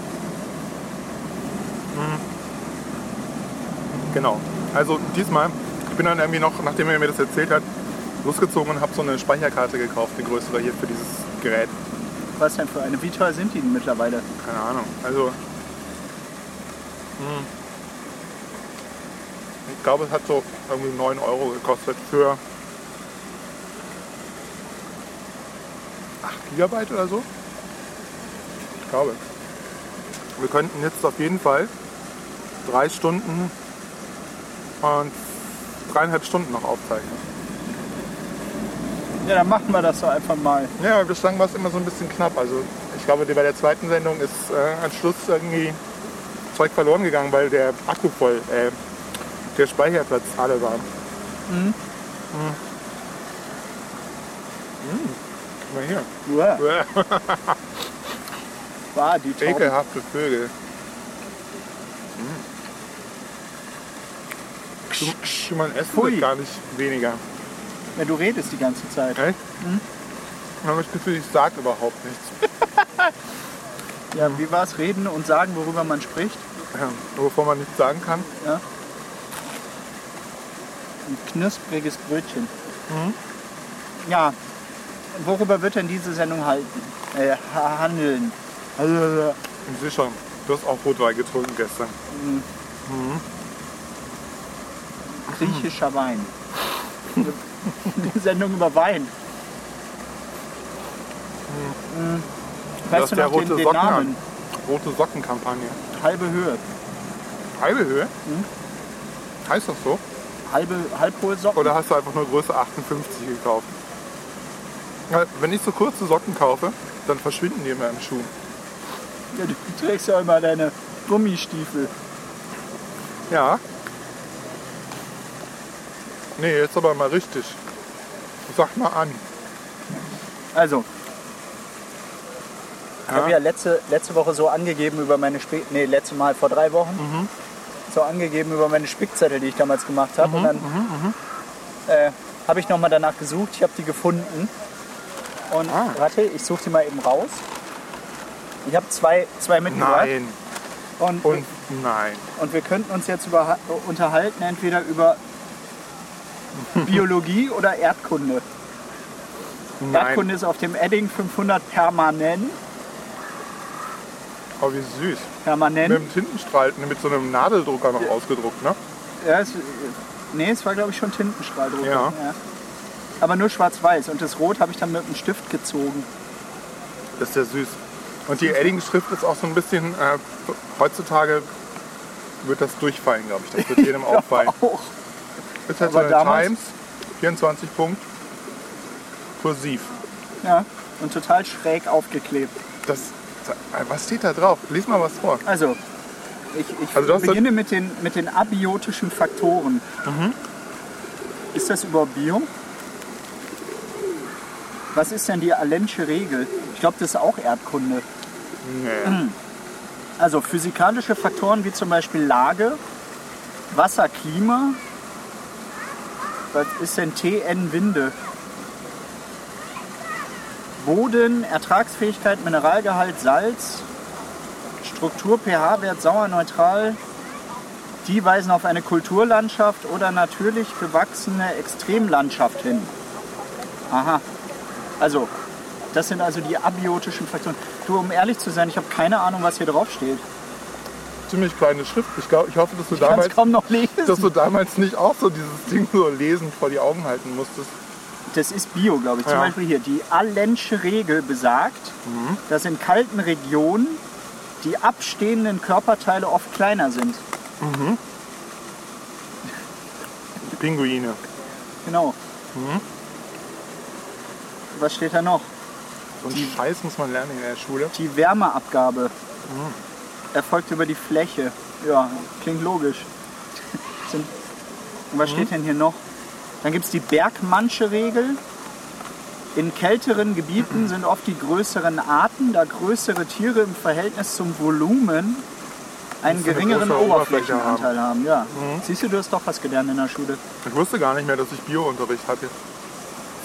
Genau. Also diesmal, ich bin dann irgendwie noch, nachdem er mir das erzählt hat, losgezogen und habe so eine Speicherkarte gekauft, eine größere hier für dieses Gerät.
Was denn für eine? Wie teuer sind die denn mittlerweile?
Keine Ahnung. Also. Hm. Ich glaube, es hat so irgendwie 9 Euro gekostet für 8 Gigabyte oder so. Ich glaube. Wir könnten jetzt auf jeden Fall drei Stunden und dreieinhalb Stunden noch aufzeichnen.
Ja, dann machen wir das doch einfach mal.
Ja, bislang war es immer so ein bisschen knapp. Also ich glaube, die- bei der zweiten Sendung ist äh, am Schluss irgendwie Zeug verloren gegangen, weil der Akku voll, äh, der Speicherplatz alle war. Mhm. Mhm. Guck mal
Uah,
hier. Uah,
War die Tauben.
Ekelhafte Vögel. Mhm. Du, man essen
Pfui.
wird gar nicht weniger.
Ja, du redest die ganze Zeit.
Echt? Mhm. Ich habe das Gefühl, ich sage überhaupt nichts.
Ja, wie war es? Reden und sagen, worüber man spricht.
Ähm, wovon man nichts sagen kann.
Ja. Ein knuspriges Brötchen. Mhm. Ja, worüber wird denn diese Sendung halten? Äh, ha- handeln. Also,
Und sie schon. Du hast auch Rotwein getrunken gestern.
griechischer Wein. Eine Sendung über Wein. Mhm.
ist
Weißt
Hm.
du
der
noch den,
rote
den
Socken an.
Namen?
Rote Sockenkampagne.
Halbe Höhe.
Halbe Höhe?
Hm?
Heißt das so?
Halbe, halbhohe Socken.
Oder hast du einfach nur Größe 58 gekauft? Weil, Wenn ich so kurze Socken kaufe, dann verschwinden die immer im Schuh.
Ja, du trägst ja immer deine Gummistiefel.
Ja. Nee, jetzt aber mal richtig. Sag mal an.
Also, ich
Ja.
habe ja letzte, letzte Woche so angegeben über meine Spe nee, letzte Mal vor drei Wochen
Mhm.
so angegeben über meine Spickzettel, die ich damals gemacht habe.
Mhm,
Und dann äh, habe ich nochmal danach gesucht. Ich habe die gefunden. Und
Ah.
warte, ich suche die mal eben raus. Ich habe zwei, zwei mitgebracht.
Nein.
Und,
Und nein.
und wir könnten uns jetzt über, unterhalten, entweder über Biologie oder Erdkunde.
Nein.
Erdkunde ist auf dem Edding 500 permanent.
Oh, wie süß.
Permanent.
Mit einem Tintenstrahl, mit so einem Nadeldrucker noch ausgedruckt, ne?
Ja, es, nee, es war glaube ich schon Tintenstrahl drüber.
Ja.
Aber nur schwarz-weiß und das Rot habe ich dann mit dem Stift gezogen.
Das ist ja süß. Und die Edding-Schrift ist auch so ein bisschen, äh, heutzutage wird das durchfallen, glaube ich. Das wird jedem auffallen.
Auch.
Ist halt so
Aber
eine
damals-
Times, 24 Punkt, kursiv.
Ja. Und total schräg aufgeklebt.
Das, was steht da drauf? Lies mal was vor.
Also, ich, ich
Also du hast
beginne mit den, mit den abiotischen Faktoren.
Mhm.
Ist das über Bio? Was ist denn die Allensche Regel? Ich glaube, das ist auch Erdkunde. Hm.
Nee.
Also physikalische Faktoren wie zum Beispiel Lage, Wasser, Klima. Was ist denn TN Winde? Boden, Ertragsfähigkeit, Mineralgehalt, Salz, Struktur, pH-Wert, sauerneutral. Die weisen auf eine Kulturlandschaft oder natürlich gewachsene Extremlandschaft hin. Aha. Also, das sind also die abiotischen Faktoren. Du, um ehrlich zu sein, ich habe keine Ahnung, was hier draufsteht.
Ziemlich kleine Schrift. Ich, glaub, ich hoffe, dass du,
Ich kann es
damals,
kaum noch lesen.
dass du damals nicht auch so dieses Ding so lesend vor die Augen halten musstest.
Das ist Bio, glaube ich. Zum
Ja. Mhm.
Beispiel hier. Die Allensche Regel besagt, dass in kalten Regionen die abstehenden Körperteile oft kleiner sind.
Pinguine.
Genau.
Mhm.
Was steht da noch?
So einen Scheiß muss man lernen in der Schule.
Die Wärmeabgabe
Mhm.
erfolgt über die Fläche. Ja, klingt logisch. Sind- Und was
Mhm.
steht denn hier noch? Dann gibt es die Bergmannsche Regel. In kälteren Gebieten sind oft die größeren Arten, da größere Tiere im Verhältnis zum Volumen einen
Müssen eine
geringeren
größere Oberfläche Mhm.
Oberflächenanteil haben. Ja. Siehst du, du hast doch was gelernt in der Schule.
Ich wusste gar nicht mehr, dass ich Biounterricht hatte.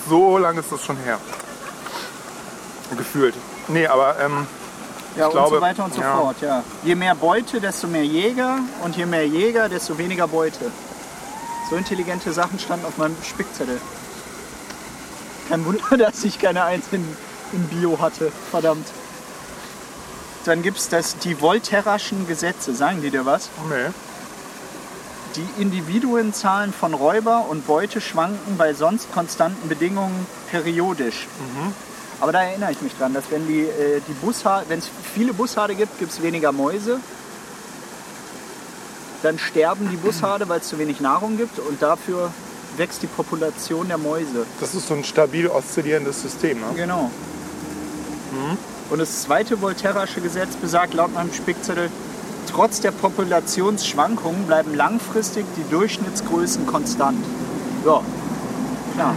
So lange ist das schon her. Gefühlt. Nee, aber ähm,
Ja, und
glaube,
so weiter und so
ja.
fort. Ja. Je mehr Beute, desto mehr Jäger und je mehr Jäger, desto weniger Beute. So intelligente Sachen standen auf meinem Spickzettel. Kein Wunder, dass ich keine Eins in, in Bio hatte. Verdammt. Dann gibt es das, die Volterraschen Gesetze. Sagen die dir was?
nee.
Die Individuenzahlen von Räuber und Beute schwanken bei sonst konstanten Bedingungen periodisch. Aber da erinnere ich mich dran, dass wenn die, äh, die Bussha- wenn es viele Bussarde gibt, gibt es weniger Mäuse. Dann sterben die Bussarde, weil es zu wenig Nahrung gibt und dafür wächst die Population der Mäuse.
Das ist so ein stabil oszillierendes System. Ne?
Genau. Und das zweite Volterrasche Gesetz besagt laut meinem Spickzettel, trotz der Populationsschwankungen bleiben langfristig die Durchschnittsgrößen konstant. Ja, klar.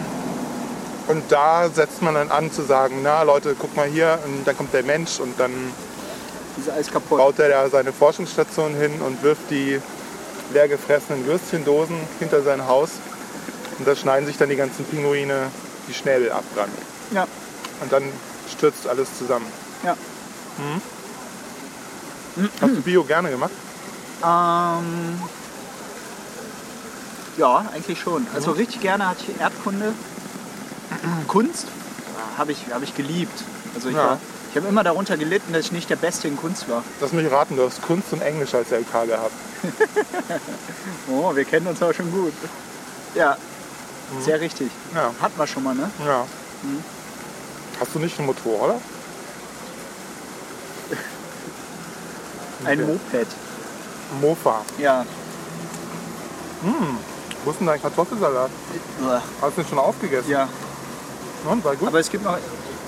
Und da setzt man dann an zu sagen, na Leute, guck mal hier, und dann kommt der Mensch und dann
Ist alles kaputt.
baut er da seine Forschungsstation hin und wirft die leer gefressenen Würstchendosen hinter sein Haus. Und da schneiden sich dann die ganzen Pinguine die Schnäbel ab dran.
Ja,
Und dann stürzt alles zusammen.
ja.
Hast du Bio gerne gemacht?
Ähm, ja, eigentlich schon. Also richtig gerne hatte ich Erdkunde. Kunst habe ich, hab ich geliebt. Also ich,
Ja.
war- ich habe immer darunter gelitten, dass ich nicht der Beste in Kunst war.
Lass mich raten, du hast Kunst und Englisch als LK gehabt.
Oh, wir kennen uns aber schon gut. Mhm. Ja, sehr richtig.
Ja.
Hatten wir schon mal, ne?
Ja. Hm. Hast du nicht einen Motorroller?
Ein
Okay.
Moped.
Ein Mofa.
Ja.
Wo ist denn dein Kartoffelsalat?
Uah.
Hast du den schon aufgegessen?
Ja,
Und, war gut?
aber es gibt noch.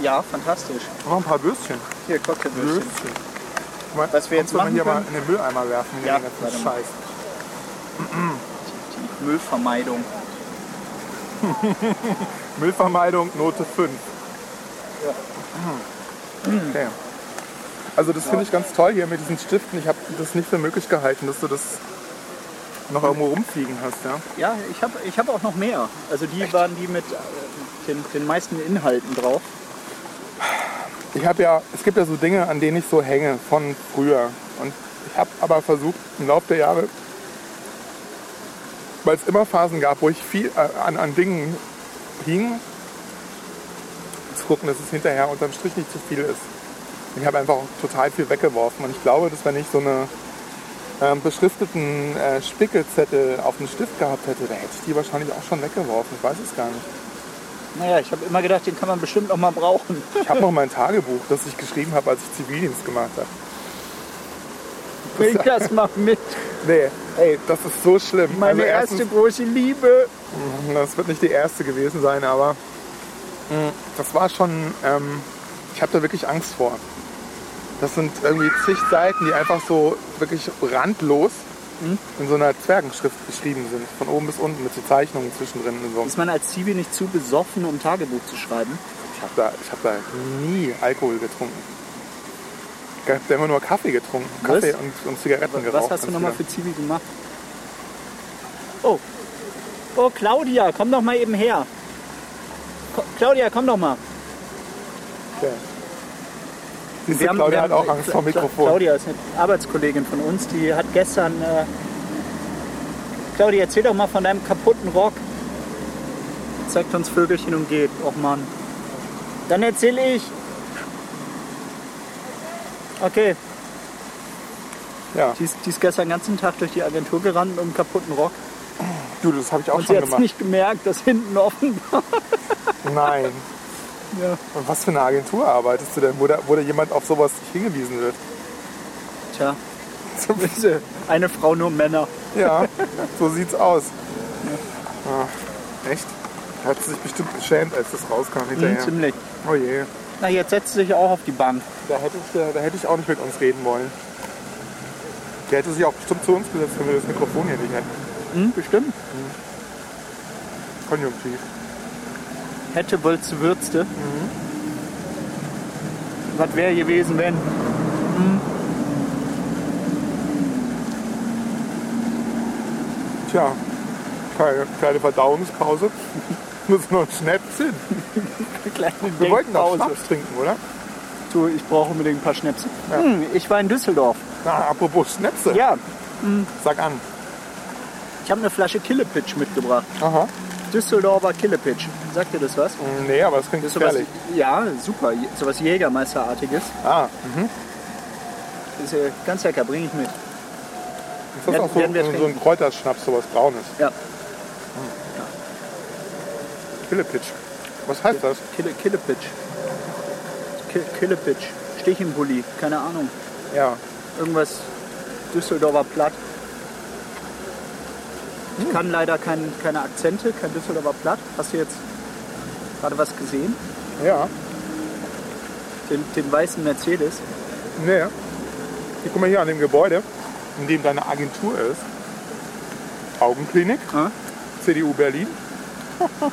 Ja, fantastisch.
noch ein paar Bürstchen.
Hier, Cocktailwürstchen.
Mal,
Was wir
kannst
jetzt
du mal
machen
hier mal
können-
in den Mülleimer werfen.
Ja,
den ganzen
warte mal.
Scheiß.
Die Müllvermeidung.
Müllvermeidung, Note 5. Hm. Okay. Also das finde ich ganz toll hier mit diesen Stiften. Ich habe das nicht für möglich gehalten, dass du das noch irgendwo rumfliegen hast, ja?
Ja, ich habe ich hab auch noch mehr. Also die waren die mit äh, den, den meisten Inhalten drauf.
Ich habe ja, es gibt ja so Dinge, an denen ich so hänge von früher. Und ich habe aber versucht im Laufe der Jahre, weil es immer Phasen gab, wo ich viel äh, an, an Dingen hing, zu gucken, dass es hinterher unterm Strich nicht zu viel ist. Ich habe einfach auch total viel weggeworfen. Und ich glaube, dass wenn ich so eine ähm, beschrifteten äh, Spickelzettel auf dem Stift gehabt hätte, da hätte ich die wahrscheinlich auch schon weggeworfen. Ich weiß es gar nicht.
Naja, ich habe immer gedacht, den kann man bestimmt noch mal brauchen.
Ich habe noch mein Tagebuch, das ich geschrieben habe, als ich Zivildienst gemacht habe.
Bring das mal mit.
Nee, ey, das ist so schlimm. Also
Meine
erstens,
erste große Liebe.
Das wird nicht die erste gewesen sein, aber mh, das war schon. Ähm, ich habe da wirklich Angst vor. Das sind irgendwie zig Seiten, die einfach so wirklich randlos
Hm?
in so einer Zwergenschrift beschrieben sind. Von oben bis unten mit so Zeichnungen zwischendrin. Und so.
Ist man als Zivi nicht zu besoffen, um Tagebuch zu schreiben?
Ich habe da, ich hab da nie Alkohol getrunken. Ich habe immer nur Kaffee getrunken.
Was?
Kaffee und, und Zigaretten geraucht.
Was hast du
ganz
nochmal
viele.
für Zivi gemacht? Oh. Oh, Claudia, komm doch mal eben her. Ko Claudia, komm doch mal.
Ja. Siehst du, Claudia hat auch Angst vor dem
Cla- Cla-
Mikrofon.
Claudia ist eine Arbeitskollegin von uns, die hat gestern. Äh, Claudia, erzähl doch mal von deinem kaputten Rock. Zeigt uns Vögelchen und geht. Och Mann. Dann erzähl ich. Okay,
Ja.
die ist, die ist gestern den ganzen Tag durch die Agentur gerannt mit einem kaputten Rock.
Du, das habe ich auch
Und sie
schon
hat es
gemacht.
nicht gemerkt, dass hinten offen war.
Nein.
Ja.
Und was für eine Agentur arbeitest du denn, wo, da, wo da jemand auf sowas nicht hingewiesen wird?
Tja, eine Frau nur Männer.
Ja, so sieht's aus. Ah, echt? Da hat sie sich bestimmt geschämt, als das rauskam
Mhm,
hinterher.
ziemlich.
Oh je.
Na, jetzt setzt sie sich auch auf die Bank.
Da hätte, ich, äh, da hätte ich auch nicht mit uns reden wollen. Der hätte sich auch bestimmt zu uns gesetzt, wenn wir das Mikrofon hier nicht hätten.
Hm, bestimmt.
Konjunktiv.
Hätte Wölze Würzte.
Mhm.
Was wäre gewesen, wenn?
Tja, keine, kleine Verdauungspause. Müssen noch ein Schnäppchen.
Eine kleine
Wir wollten doch
Denkpause.
Schnaps trinken, oder?
Du, ich brauche unbedingt ein paar Schnäpse. Hm, ich war in Düsseldorf.
Na, apropos Schnäpse.
Ja,
Sag an.
ich habe eine Flasche Killepitch mitgebracht.
Aha.
Düsseldorfer Killepitch. Sagt dir das was?
Nee, aber das klingt
Das ist sowas,
gefährlich.
ja, super. Je- Sowas Jägermeisterartiges.
Ah,
Ist äh, ganz lecker, bringe ich mit.
ist das
Werden-
auch so,
werden wir
so ein
trinken.
Kräuterschnaps, sowas Braunes?
Ja.
Killepitch. Was heißt das?
Kille, Killepitch. Ki- Killepitch. Stich im Bulli. Keine Ahnung.
Ja.
Irgendwas Düsseldorfer Platt.
Hm.
Ich kann leider kein, keine Akzente, kein Düsseldorfer Platt. Hast du jetzt gerade was gesehen?
Ja.
Den, den weißen Mercedes.
Nee. Ich guck mal hier an dem Gebäude, in dem deine Agentur ist. Augenklinik,
Ja.
CDU Berlin.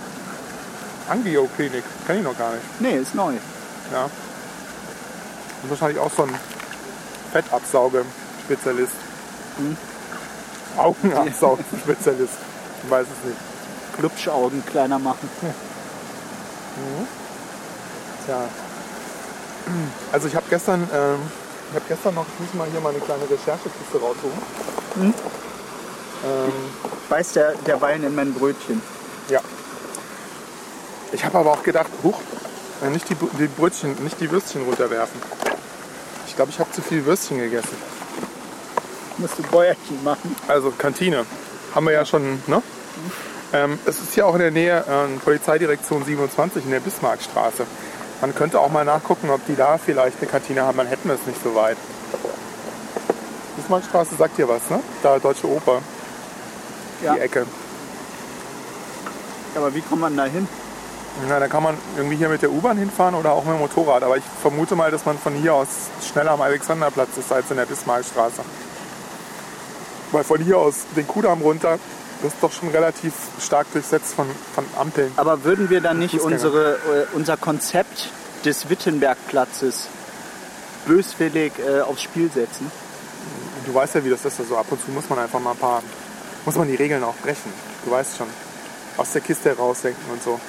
Angio-Klinik, kenne ich noch gar nicht.
Nee, ist neu.
Ja. Und wahrscheinlich auch so ein Fettabsauge-Spezialist. Hm? Augenabsauge-Spezialist. Ich weiß es nicht.
Glubschaugen kleiner machen.
Tja. Also ich habe gestern, ähm, ich habe gestern noch, ich muss mal hier mal eine kleine Recherchekiste rausholen. Ähm,
Beißt der, derweilen in mein Brötchen.
Ja. Ich habe aber auch gedacht, huch, äh, nicht die, Bu- die Brötchen, nicht die Würstchen runterwerfen. Ich glaube, ich habe zu viel Würstchen gegessen.
Musst du Bäuerchen machen.
Also Kantine. Haben wir ja schon, ne? Ähm, es ist hier auch in der Nähe ähm, Polizeidirektion 27 in der Bismarckstraße. Man könnte auch mal nachgucken, ob die da vielleicht eine Kantine haben. Man hätten es nicht so weit. Bismarckstraße sagt dir was, ne? Da Deutsche Oper,
Ja.
die Ecke.
Aber wie kommt man da hin?
Na, da kann man irgendwie hier mit der U-Bahn hinfahren oder auch mit dem Motorrad. Aber ich vermute mal, dass man von hier aus schneller am Alexanderplatz ist als in der Bismarckstraße. Weil von hier aus den Kudamm runter ist doch schon relativ stark durchsetzt von, von Ampeln.
Aber würden wir dann nicht
Fußgänger.
unsere, äh, unser Konzept des Wittenbergplatzes böswillig äh, aufs Spiel setzen?
Und du weißt ja, wie das ist. Also ab und zu muss man einfach mal ein paar, muss man die Regeln auch brechen. Du weißt schon. Aus der Kiste herausdenken und so.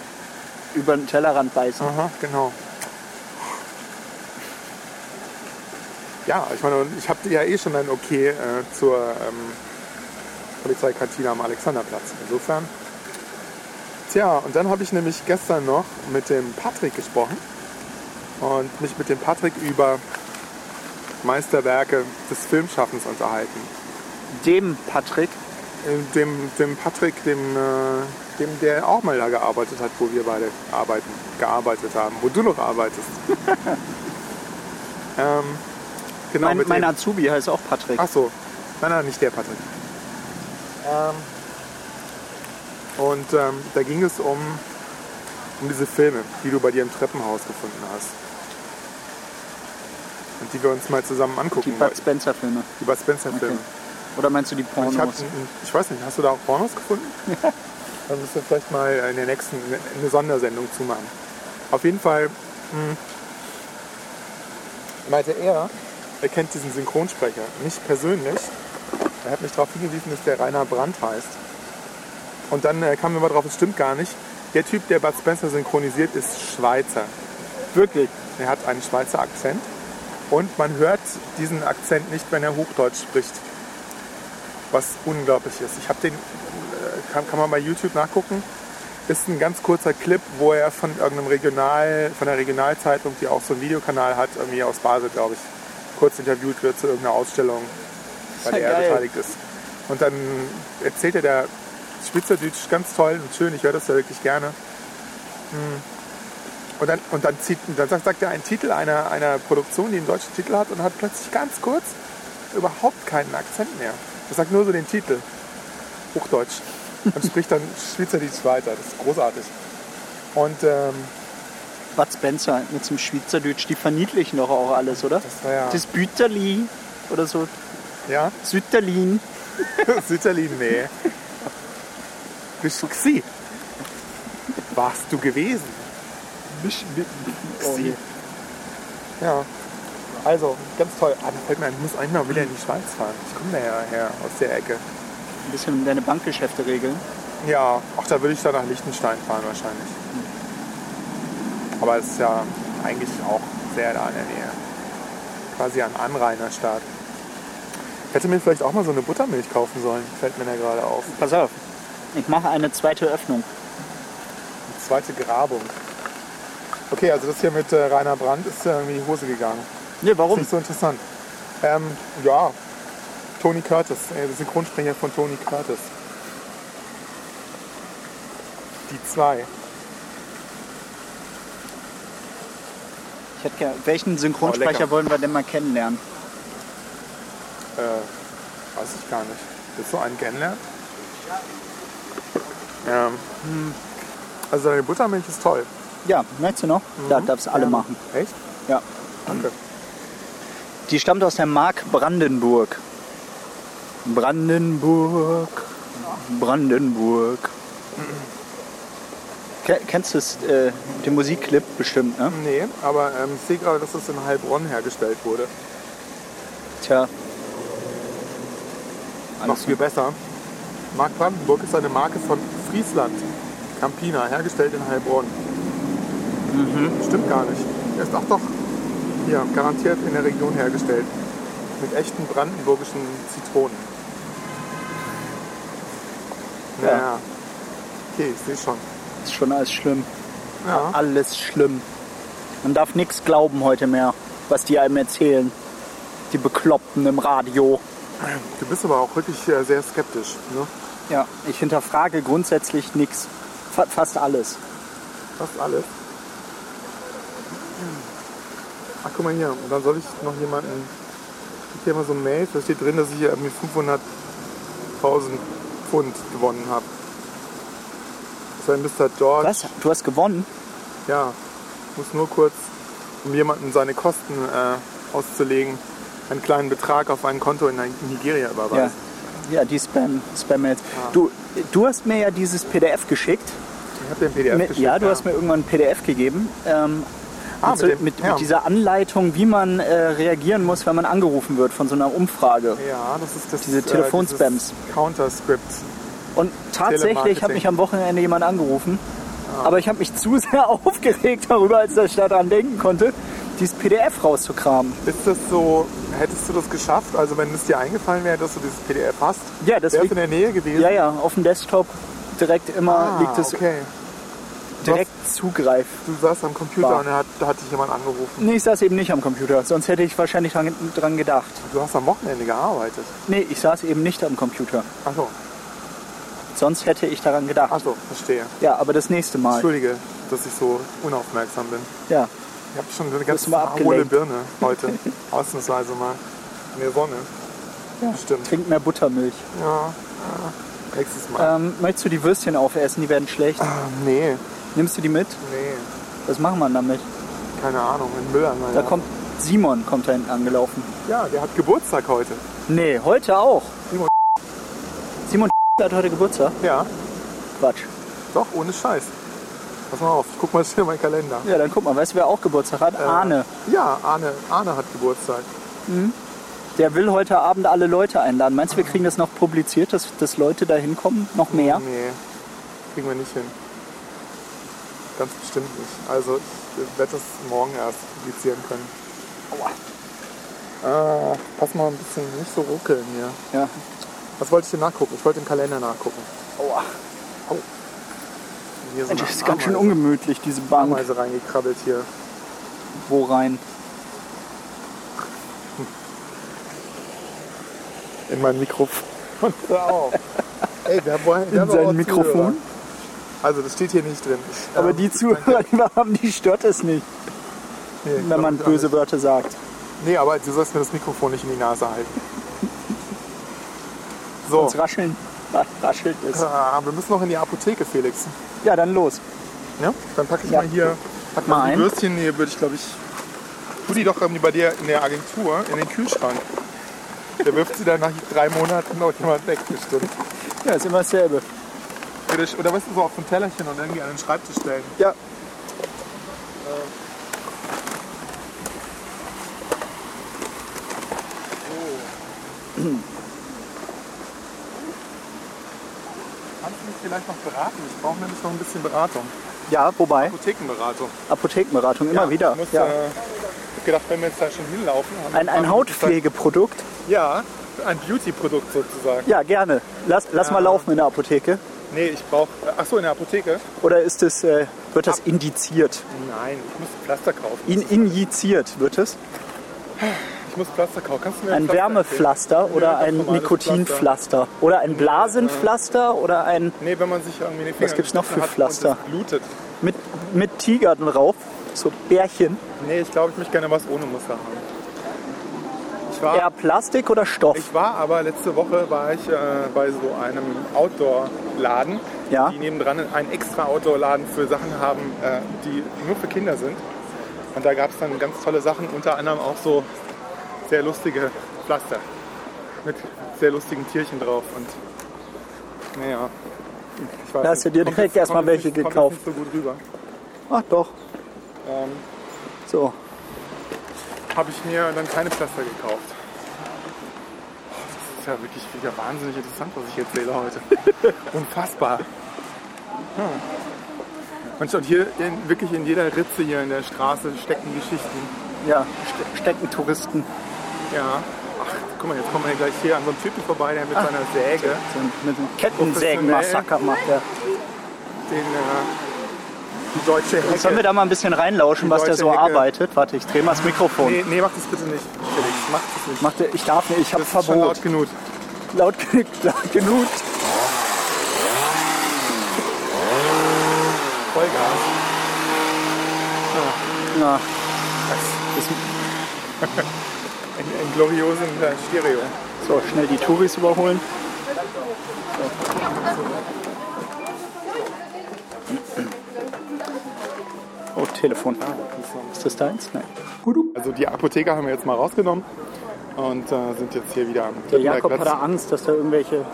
Über den Tellerrand beißen?
Aha, genau. Ja, ich meine, und ich habe ja eh schon ein Okay äh, zur ähm, Polizeikantine am Alexanderplatz. Insofern. Tja, und dann habe ich nämlich gestern noch mit dem Patrick gesprochen und mich mit dem Patrick über Meisterwerke des Filmschaffens unterhalten.
Dem Patrick,
Ähm, Dem, dem Patrick, dem, äh, dem, der auch mal da gearbeitet hat, wo wir beide arbeiten, gearbeitet haben, wo du noch arbeitest. ähm, genau,
mein,
mit
mein
dem-
Azubi heißt auch Patrick.
Ach so. Nein, nein, nicht der Patrick. Ähm, und ähm, da ging es um, um diese Filme, die du bei dir im Treppenhaus gefunden hast. Und die wir uns mal zusammen
die
angucken.
Bud Spencer-Filme.
die Bud Spencer-Filme.
Oder meinst du die
Ich, hab,
Pornos?
ich weiß nicht, hast du da auch Pornos gefunden? Dann müssen wir vielleicht mal in der nächsten eine Sondersendung zu machen. Auf jeden Fall hm. mh, meinte er, er kennt diesen Synchronsprecher. Nicht persönlich. Er hat mich darauf hingewiesen, dass der Rainer Brandt heißt. Und dann äh, kam mir mal drauf, es stimmt gar nicht. Der Typ, der Bud Spencer synchronisiert, ist Schweizer.
Wirklich?
Er hat einen Schweizer Akzent und man hört diesen Akzent nicht, wenn er Hochdeutsch spricht. Was unglaublich ist. Ich habe den, äh, kann, kann man bei YouTube nachgucken, ist ein ganz kurzer Clip, wo er von irgendeinem Regional, von der Regionalzeitung, die auch so einen Videokanal hat, irgendwie aus Basel, glaube ich, kurz interviewt wird zu irgendeiner Ausstellung, bei
ja
der er
geil.
beteiligt ist. Und dann erzählt er der Schweizerdeutsch ganz toll und schön, ich höre das ja wirklich gerne. Hm. Und dann, und dann, zieht, dann sagt, sagt er einen Titel einer, einer Produktion, die einen deutschen Titel hat und hat plötzlich ganz kurz überhaupt keinen Akzent mehr. Er sagt nur so den Titel. Hochdeutsch. Und spricht dann Schweizerdeutsch weiter. Das ist großartig. Und ähm,
Bud Spencer mit dem Schweizerdeutsch, die verniedlichen doch auch alles, oder?
das war ja...
Das Büterli oder so,
ja?
Sütterlin.
Sütterlin, nee. Bist du gsi? Warst du gewesen?
Oh, nee.
Ja. Also, ganz toll. Ah, da fällt mir ein, ich muss eigentlich mal wieder in die Schweiz fahren. Ich komme da ja her, aus der Ecke.
Ein bisschen um deine Bankgeschäfte regeln.
Ja, auch da würde ich dann nach Liechtenstein fahren wahrscheinlich. Aber es ist ja eigentlich auch sehr da in der Nähe. Quasi ein Anrainerstaat. Ich hätte mir vielleicht auch mal so eine Buttermilch kaufen sollen, fällt mir da gerade auf.
Pass auf, ich mache eine zweite Öffnung.
Die zweite Grabung. Okay, also das hier mit äh, Rainer Brandt ist äh, irgendwie in die Hose gegangen.
Ne,
Ist
warum?
nicht so interessant. Ähm, ja, Tony Curtis, äh, der Synchronsprecher von Tony Curtis. Die zwei. äh,
Ich hätte gern, welchen Synchronsprecher
Oh, lecker.
wollen wir denn mal kennenlernen?
Äh, weiß ich gar nicht. Willst du einen kennenlernen? Ähm, hm. also deine Buttermilch ist toll.
Ja, möchtest du noch? Da darfst du alle
Ähm,
machen.
Echt?
Ja.
Danke.
Die stammt aus der Mark Brandenburg. Brandenburg. Brandenburg. Ke- Kennst du das, äh, den Musikclip bestimmt, ne?
Nee, aber ähm, ich sehe gerade, dass das in Heilbronn hergestellt wurde.
Tja.
Noch viel besser. Mark Brandenburg ist eine Marke von Friesland. Campina, hergestellt in Heilbronn. Stimmt gar nicht. Er ist auch doch Ja, garantiert in der Region hergestellt. Mit echten brandenburgischen Zitronen.
Ja.
Naja. Okay, ich sehe schon.
Ist schon alles schlimm.
Ja.
Alles schlimm. Man darf nichts glauben heute mehr, was die einem erzählen. Die Bekloppten im Radio.
Du bist aber auch wirklich äh, sehr skeptisch. Ne?
Ja, ich hinterfrage grundsätzlich nichts. Fa fast alles.
Fast alles. Ach, guck mal hier. Und dann soll ich noch jemanden... Es gibt hier immer so Mails, da steht drin, dass ich hier irgendwie 500.000 Pfund gewonnen habe. Das war ein Mr. George.
Was? Du hast gewonnen?
Ja, muss nur kurz, um jemanden seine Kosten äh, auszulegen, einen kleinen Betrag auf ein Konto in Nigeria
Ja.
überweisen.
Ja, die Spam- Spam-Mails.
Ah.
Du, du hast mir ja dieses PDF geschickt.
Ich habe den PDF
Mit,
geschickt.
ja, du hast mir irgendwann ein PDF gegeben. Ähm,
Ah,
mit, so,
mit dem-
mit,
ja.
mit dieser Anleitung, wie man äh, reagieren muss, wenn man angerufen wird von so einer Umfrage.
Ja, das ist das.
Diese Telefonspams.
Äh, dieses Counterscript.
Und tatsächlich hat
Telemarketing. Ah.
mich am Wochenende jemand angerufen. Aber ich habe mich zu sehr aufgeregt darüber, als dass ich daran denken konnte, dieses PDF rauszukramen.
Ist das so, hättest du das geschafft? Also, wenn es dir eingefallen wäre, dass du dieses PDF hast,
Ja, das
wäre
liegt-
in der Nähe gewesen.
Ja, ja, auf dem Desktop direkt immer
Ah,
liegt es
okay.
direkt zugreif.
Du saßt am Computer
War.
und da hat, da hat dich jemand angerufen.
Nee, ich saß eben nicht am Computer, sonst hätte ich wahrscheinlich dran, dran gedacht.
Du hast am Wochenende gearbeitet.
Nee, ich saß eben nicht am Computer,
Achso,
sonst hätte ich daran gedacht.
achso, verstehe.
Ja, aber das nächste Mal.
Entschuldige, dass ich so unaufmerksam bin.
Ja,
Ich habe schon eine
Bist
ganz
du mal
hohle
abgelenkt?
Birne heute. Ausnahmsweise mal. In der Sonne. Ja. Stimmt.
trink mehr Buttermilch.
Ja. ja. Nächstes Mal.
Ähm, möchtest du die Würstchen aufessen? Die werden schlecht.
Ah, nee,
Nimmst du die mit?
nee.
Was machen wir damit?
Keine Ahnung. Ein Mülleimer.
Da
ja.
kommt Simon, kommt da hinten angelaufen.
Ja, der hat Geburtstag heute.
Nee, heute auch.
Simon
Simon hat heute Geburtstag.
Ja,
Quatsch.
doch, ohne Scheiß. Pass mal auf, ich guck mal schnell meinen Kalender.
Ja, dann guck mal, weißt du, wer auch Geburtstag hat?
Äh,
Arne.
Ja, Arne, Arne hat Geburtstag.
Der will heute Abend alle Leute einladen. Meinst du, wir kriegen das noch publiziert, dass, dass Leute da hinkommen? Noch mehr?
Nee, kriegen wir nicht hin. Ganz bestimmt nicht. Also ich werde das morgen erst publizieren können. Aua. Ah, pass mal ein bisschen, nicht so ruckeln hier.
Ja.
Was wollte ich denn nachgucken? Ich wollte den Kalender nachgucken.
Aua.
Hier
Das
eine
ist ganz schön
Ameise-
ungemütlich, diese Bank.
Ameise reingekrabbelt hier.
Wo rein?
In mein Mikrofon. Hör auf. Ey, da wollen
In sein Mikrofon?
Also das steht hier nicht drin. Ich,
Aber
ähm,
die Zuhörer, die wir haben, die stört es nicht,
nee,
wenn
glaub
man
ich auch
böse
nicht.
Wörter sagt.
Nee, aber du sollst mir das Mikrofon nicht in die Nase halten. So,
Sonst rascheln, ra- raschelt es.
ah, wir müssen noch in die Apotheke, Felix.
Ja, dann los.
Ja? Dann packe ich
Ja.
mal hier pack
Mal
mal die
ein.
Würstchen. Nee, würde ich glaube ich. Tu die doch irgendwie bei dir in der Agentur in den Kühlschrank. Der wirft sie dann nach drei Monaten noch jemand weg, bestimmt.
Ja, ist immer dasselbe.
Oder, oder weißt du, so auf ein Tellerchen und irgendwie an den Schreibtisch stellen.
Ja.
Kannst du mich vielleicht noch beraten? Ich brauche nämlich noch ein bisschen Beratung.
Ja, wobei,
Apothekenberatung.
Apothekenberatung immer Ah, wieder.
Ich muss,
Ja.
äh, ähm, hab gedacht, wenn wir jetzt da schon hinlaufen. haben wir
Ein, ein
paar Minuten Zeit.
Hautpflegeprodukt?
Ja, ein Beauty-Produkt sozusagen.
Ja, gerne. Lass, lass mal laufen in der Apotheke.
Nee, ich brauche. Achso, in der Apotheke?
Oder ist es, äh, wird das indiziert?
Nein, ich muss Pflaster kaufen.
In, injiziert wird es?
Ich muss Pflaster kaufen. Kannst du mir
Ein
Pflaster
Wärmepflaster
empfehlen?
oder
Ja,
ein
ganz normales
Nikotinpflaster? Oder ein Blasenpflaster oder ein
Pflaster. Nee, wenn man sich irgendwie den Finger
Was gibt's noch für
hat und
Pflaster?
es blutet.
mit, mit Tiger drauf? So Bärchen.
Nee, ich glaube, ich möchte gerne was ohne Muster haben. Ich war,
Eher Plastik oder Stoff?
ich war aber letzte Woche war ich äh, bei so einem Outdoor-Laden,
Ja.
die nebendran einen extra Outdoor-Laden für Sachen haben, äh, die nur für Kinder sind. Und da gab es dann ganz tolle Sachen, unter anderem auch so sehr lustige Pflaster mit sehr lustigen Tierchen drauf. Und naja, ich weiß
Da hast
nicht.
du dir
Kommt
direkt
jetzt-
erstmal
kommt jetzt
welche
nicht- kommt
gekauft.
jetzt Nicht so gut rüber.
Ach doch.
Ähm,
So.
habe ich mir dann keine Pflaster gekauft. Das ist ja wirklich wieder wahnsinnig interessant, was ich erzähle heute. Unfassbar. Hm. Und schon hier in, wirklich in jeder Ritze hier in der Straße stecken Geschichten.
Ja, ste- stecken Touristen.
Ja. Ach, guck mal, jetzt kommen wir hier gleich hier an so einem Typen vorbei, der mit
Ah.
seiner Säge
So ein- mit einem Kettensägen-Massaker macht er.
den, äh, die deutsche Hecke...
Sollen wir da mal ein bisschen reinlauschen, was der
deutsche
so
Hecke.
arbeitet? Warte, ich drehe mal das Mikrofon.
nee, nee, mach das bitte nicht, Felix. Mach das nicht.
Macht der, ich darf nicht, ich habe
Das ist schon
Verbot.
laut genug.
Laut, genug- laut genug.
Vollgas.
Ja,
In, in gloriosem äh, Stereo.
so, schnell die Touris überholen. So. Oh, Telefon. Ist das deins? Nein.
Also die Apotheker haben wir jetzt mal rausgenommen und äh, sind jetzt hier wieder am
Der
Klippenberg
Jakob hat
Platz,
da Angst, dass da irgendwelche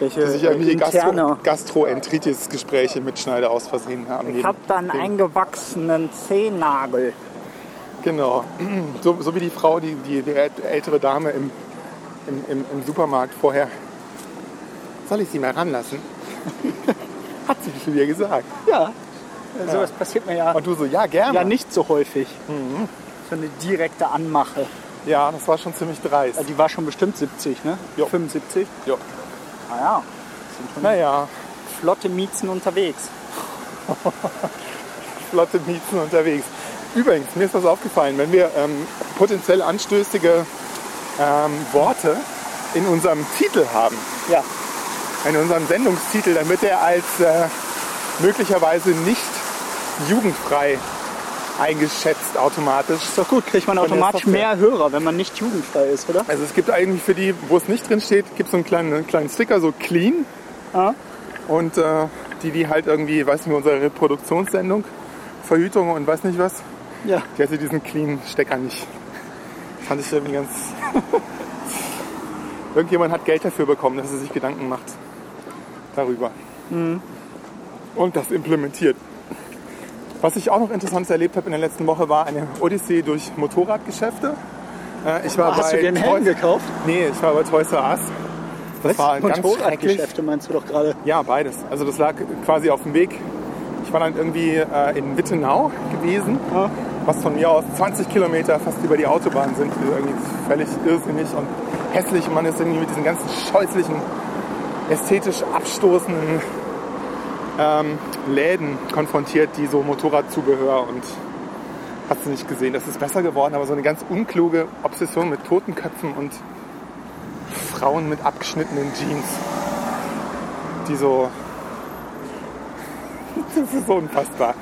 welche,
die sich irgendwie Gastro
interne.
Gastroentritis-Gespräche mit Schneider aus Versehen haben.
Ich habe da einen eingewachsenen Zehennagel.
Genau. So, so wie die Frau, die, die, die ältere Dame im, im, im, im Supermarkt vorher. Soll ich sie mal ranlassen? Hat sie schon wieder gesagt.
Ja, sowas passiert mir ja,
Und du so, ja, Mhm. gerne.
ja nicht so häufig. So eine direkte Anmache.
Ja, das war schon ziemlich
Ja,
dreist.
Die war schon bestimmt 70, ne?
Jo.
75?
Jo.
Ah ja, sind schon
Naja,
flotte Miezen unterwegs.
flotte Miezen unterwegs. Übrigens, mir ist was aufgefallen, wenn wir ähm, potenziell anstößige ähm, Worte in unserem Titel haben,
Ja,
in unserem Sendungstitel, damit er als äh, möglicherweise nicht jugendfrei eingeschätzt automatisch.
ist doch gut, kriegt man
Von der
automatisch
Software.
mehr Hörer, wenn man nicht jugendfrei ist, oder?
Also es gibt eigentlich für die, wo es nicht drin steht, gibt es so einen kleinen, einen kleinen Sticker, so clean.
Ah.
Und äh, die, die halt irgendwie, weiß nicht, unsere Reproduktionssendung, Verhütung und weiß nicht was,
Ja.
Die hatte diesen clean Stecker nicht. Fand ich irgendwie ganz. Irgendjemand hat Geld dafür bekommen, dass er sich Gedanken macht darüber.
Mhm.
Und das implementiert. Was ich auch noch Interessantes erlebt habe in der letzten Woche war eine Odyssee durch Motorradgeschäfte. Äh, Ich war
Ah, Hast
bei
du dir einen
Toys-
Helm gekauft?
Nee, ich war bei Toys R Us. Das war ganz schrecklich.
Motorradgeschäfte meinst du doch gerade.
Ja, beides. Also das lag quasi auf dem Weg. Ich war dann irgendwie äh, in Wittenau gewesen,
Ja.
was von mir aus 20 Kilometer fast über die Autobahn sind. die Irgendwie völlig irrsinnig und hässlich. Und man ist irgendwie mit diesen ganzen scheußlichen, ästhetisch abstoßenden ähm, Läden konfrontiert, die so Motorradzubehör und hast du nicht gesehen. Das ist besser geworden, aber so eine ganz unkluge Obsession mit Totenköpfen und Frauen mit abgeschnittenen Jeans die so. Das ist so unfassbar.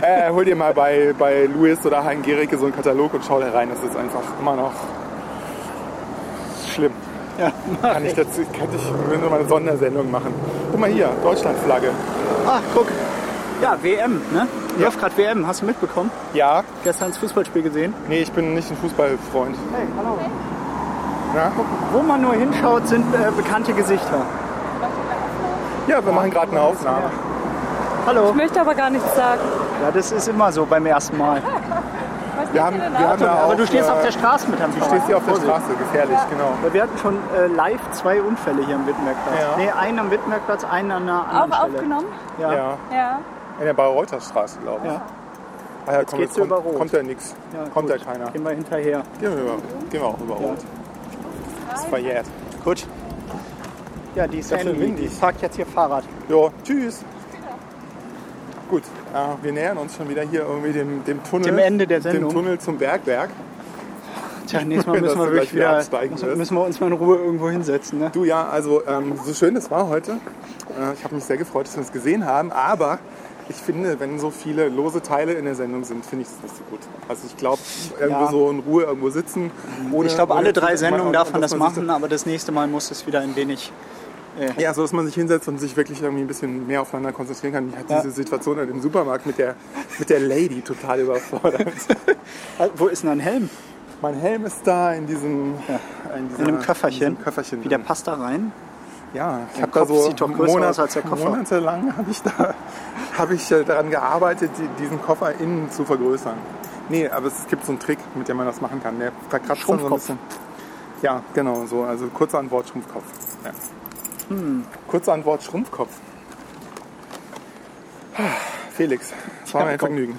Äh, hol dir mal bei, bei Louis oder Hein Gericke so einen Katalog und schau da rein. Das ist einfach immer noch schlimm.
Ja, mach
Kann ich dazu, könnte ich könnte mal eine Sondersendung machen. Guck mal hier, Deutschlandflagge.
Ach, guck. Ja, WM, ne? Läuft gerade WM, hast du mitbekommen?
Ja,
Gestern das Fußballspiel gesehen.
nee, ich bin nicht ein Fußballfreund.
Hey, hallo.
Ja,
Wo man nur hinschaut, sind äh, bekannte Gesichter.
ja wir machen gerade eine Aufnahme.
Hallo.
Ich möchte aber gar nichts sagen.
Ja, das ist immer so beim ersten Mal.
Was
Wir haben, wir haben da auch,
Aber du stehst
äh,
auf der Straße mit deinem
Du
Fahrrad.
stehst hier auf der
Vorsicht.
Straße, gefährlich, genau.
Ja, Wir hatten schon äh, live zwei Unfälle hier am Wittenbergplatz.
Ja.
Nee, einen am Wittenbergplatz, einen an einer anderen
auch
Stelle.
aufgenommen?
Ja. ja.
Ja,
Ja.
in der Bayreuther Straße, glaube ich.
Ja.
Ah ja, komm,
geht's
jetzt kommt,
über Rot.
kommt ja nichts. kommt ja
gut.
keiner.
Gehen wir hinterher.
Gehen wir, über, gehen wir auch über Rot. Das ist verjährt.
Gut. Ja, die ist
Ganz schön
Emily,
windig.
Die parkt jetzt hier Fahrrad.
Jo, tschüss. Gut, äh, wir nähern uns schon wieder hier irgendwie dem, dem Tunnel.
Dem Ende der Sendung.
Dem Tunnel zum Bergwerk.
Tja, nächstes Mal
Dass
müssen wir
du
wirklich
gleich wieder
wieder,
absteigen wirst.
müssen, müssen wir uns mal in Ruhe irgendwo hinsetzen. Ne?
Du ja, also ähm, so schön das war heute. Äh, ich habe mich sehr gefreut, dass wir uns gesehen haben. Aber ich finde, wenn so viele lose Teile in der Sendung sind, finde ich es nicht so gut. Also ich glaube, irgendwo
Ja.
so in Ruhe irgendwo sitzen. ohne-
Ich glaube,
ohne
alle
zu-
drei
dass man-
Sendungen darf man
dass
das
sich-
machen, aber das nächste Mal muss es wieder ein wenig.
Ja, so dass man sich hinsetzt und sich wirklich irgendwie ein bisschen mehr aufeinander konzentrieren kann. Mich hat
Ja.
diese Situation in dem Supermarkt mit der, mit der Lady total überfordert.
Ah, Wo ist denn ein Helm?
mein Helm ist da in diesem, in dieser,
In einem Köfferchen.
In diesem Köfferchen
Wie der
drin.
passt da rein?
ja, ich
der
habe da
Kopf
so
sieht doch größer
Monat-
aus als der Koffer.
monatelang habe ich da habe ich äh, daran gearbeitet, die, diesen Koffer innen zu vergrößern. Nee, aber es gibt so einen Trick, mit dem man das machen kann. Der verkratzt dann so ein
Schrumpfkopf.
bisschen. Ja, genau so. Also kurze Antwort Schrumpfkopf. Ja.
Hm.
Kurze Antwort Schrumpfkopf. Felix, es war mir ein
Jakob.
Vergnügen.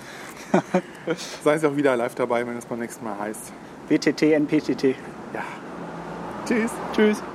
Sei es auch wieder live dabei, wenn es beim nächsten Mal heißt.
WTT, NPTT.
Ja. Tschüss. Tschüss.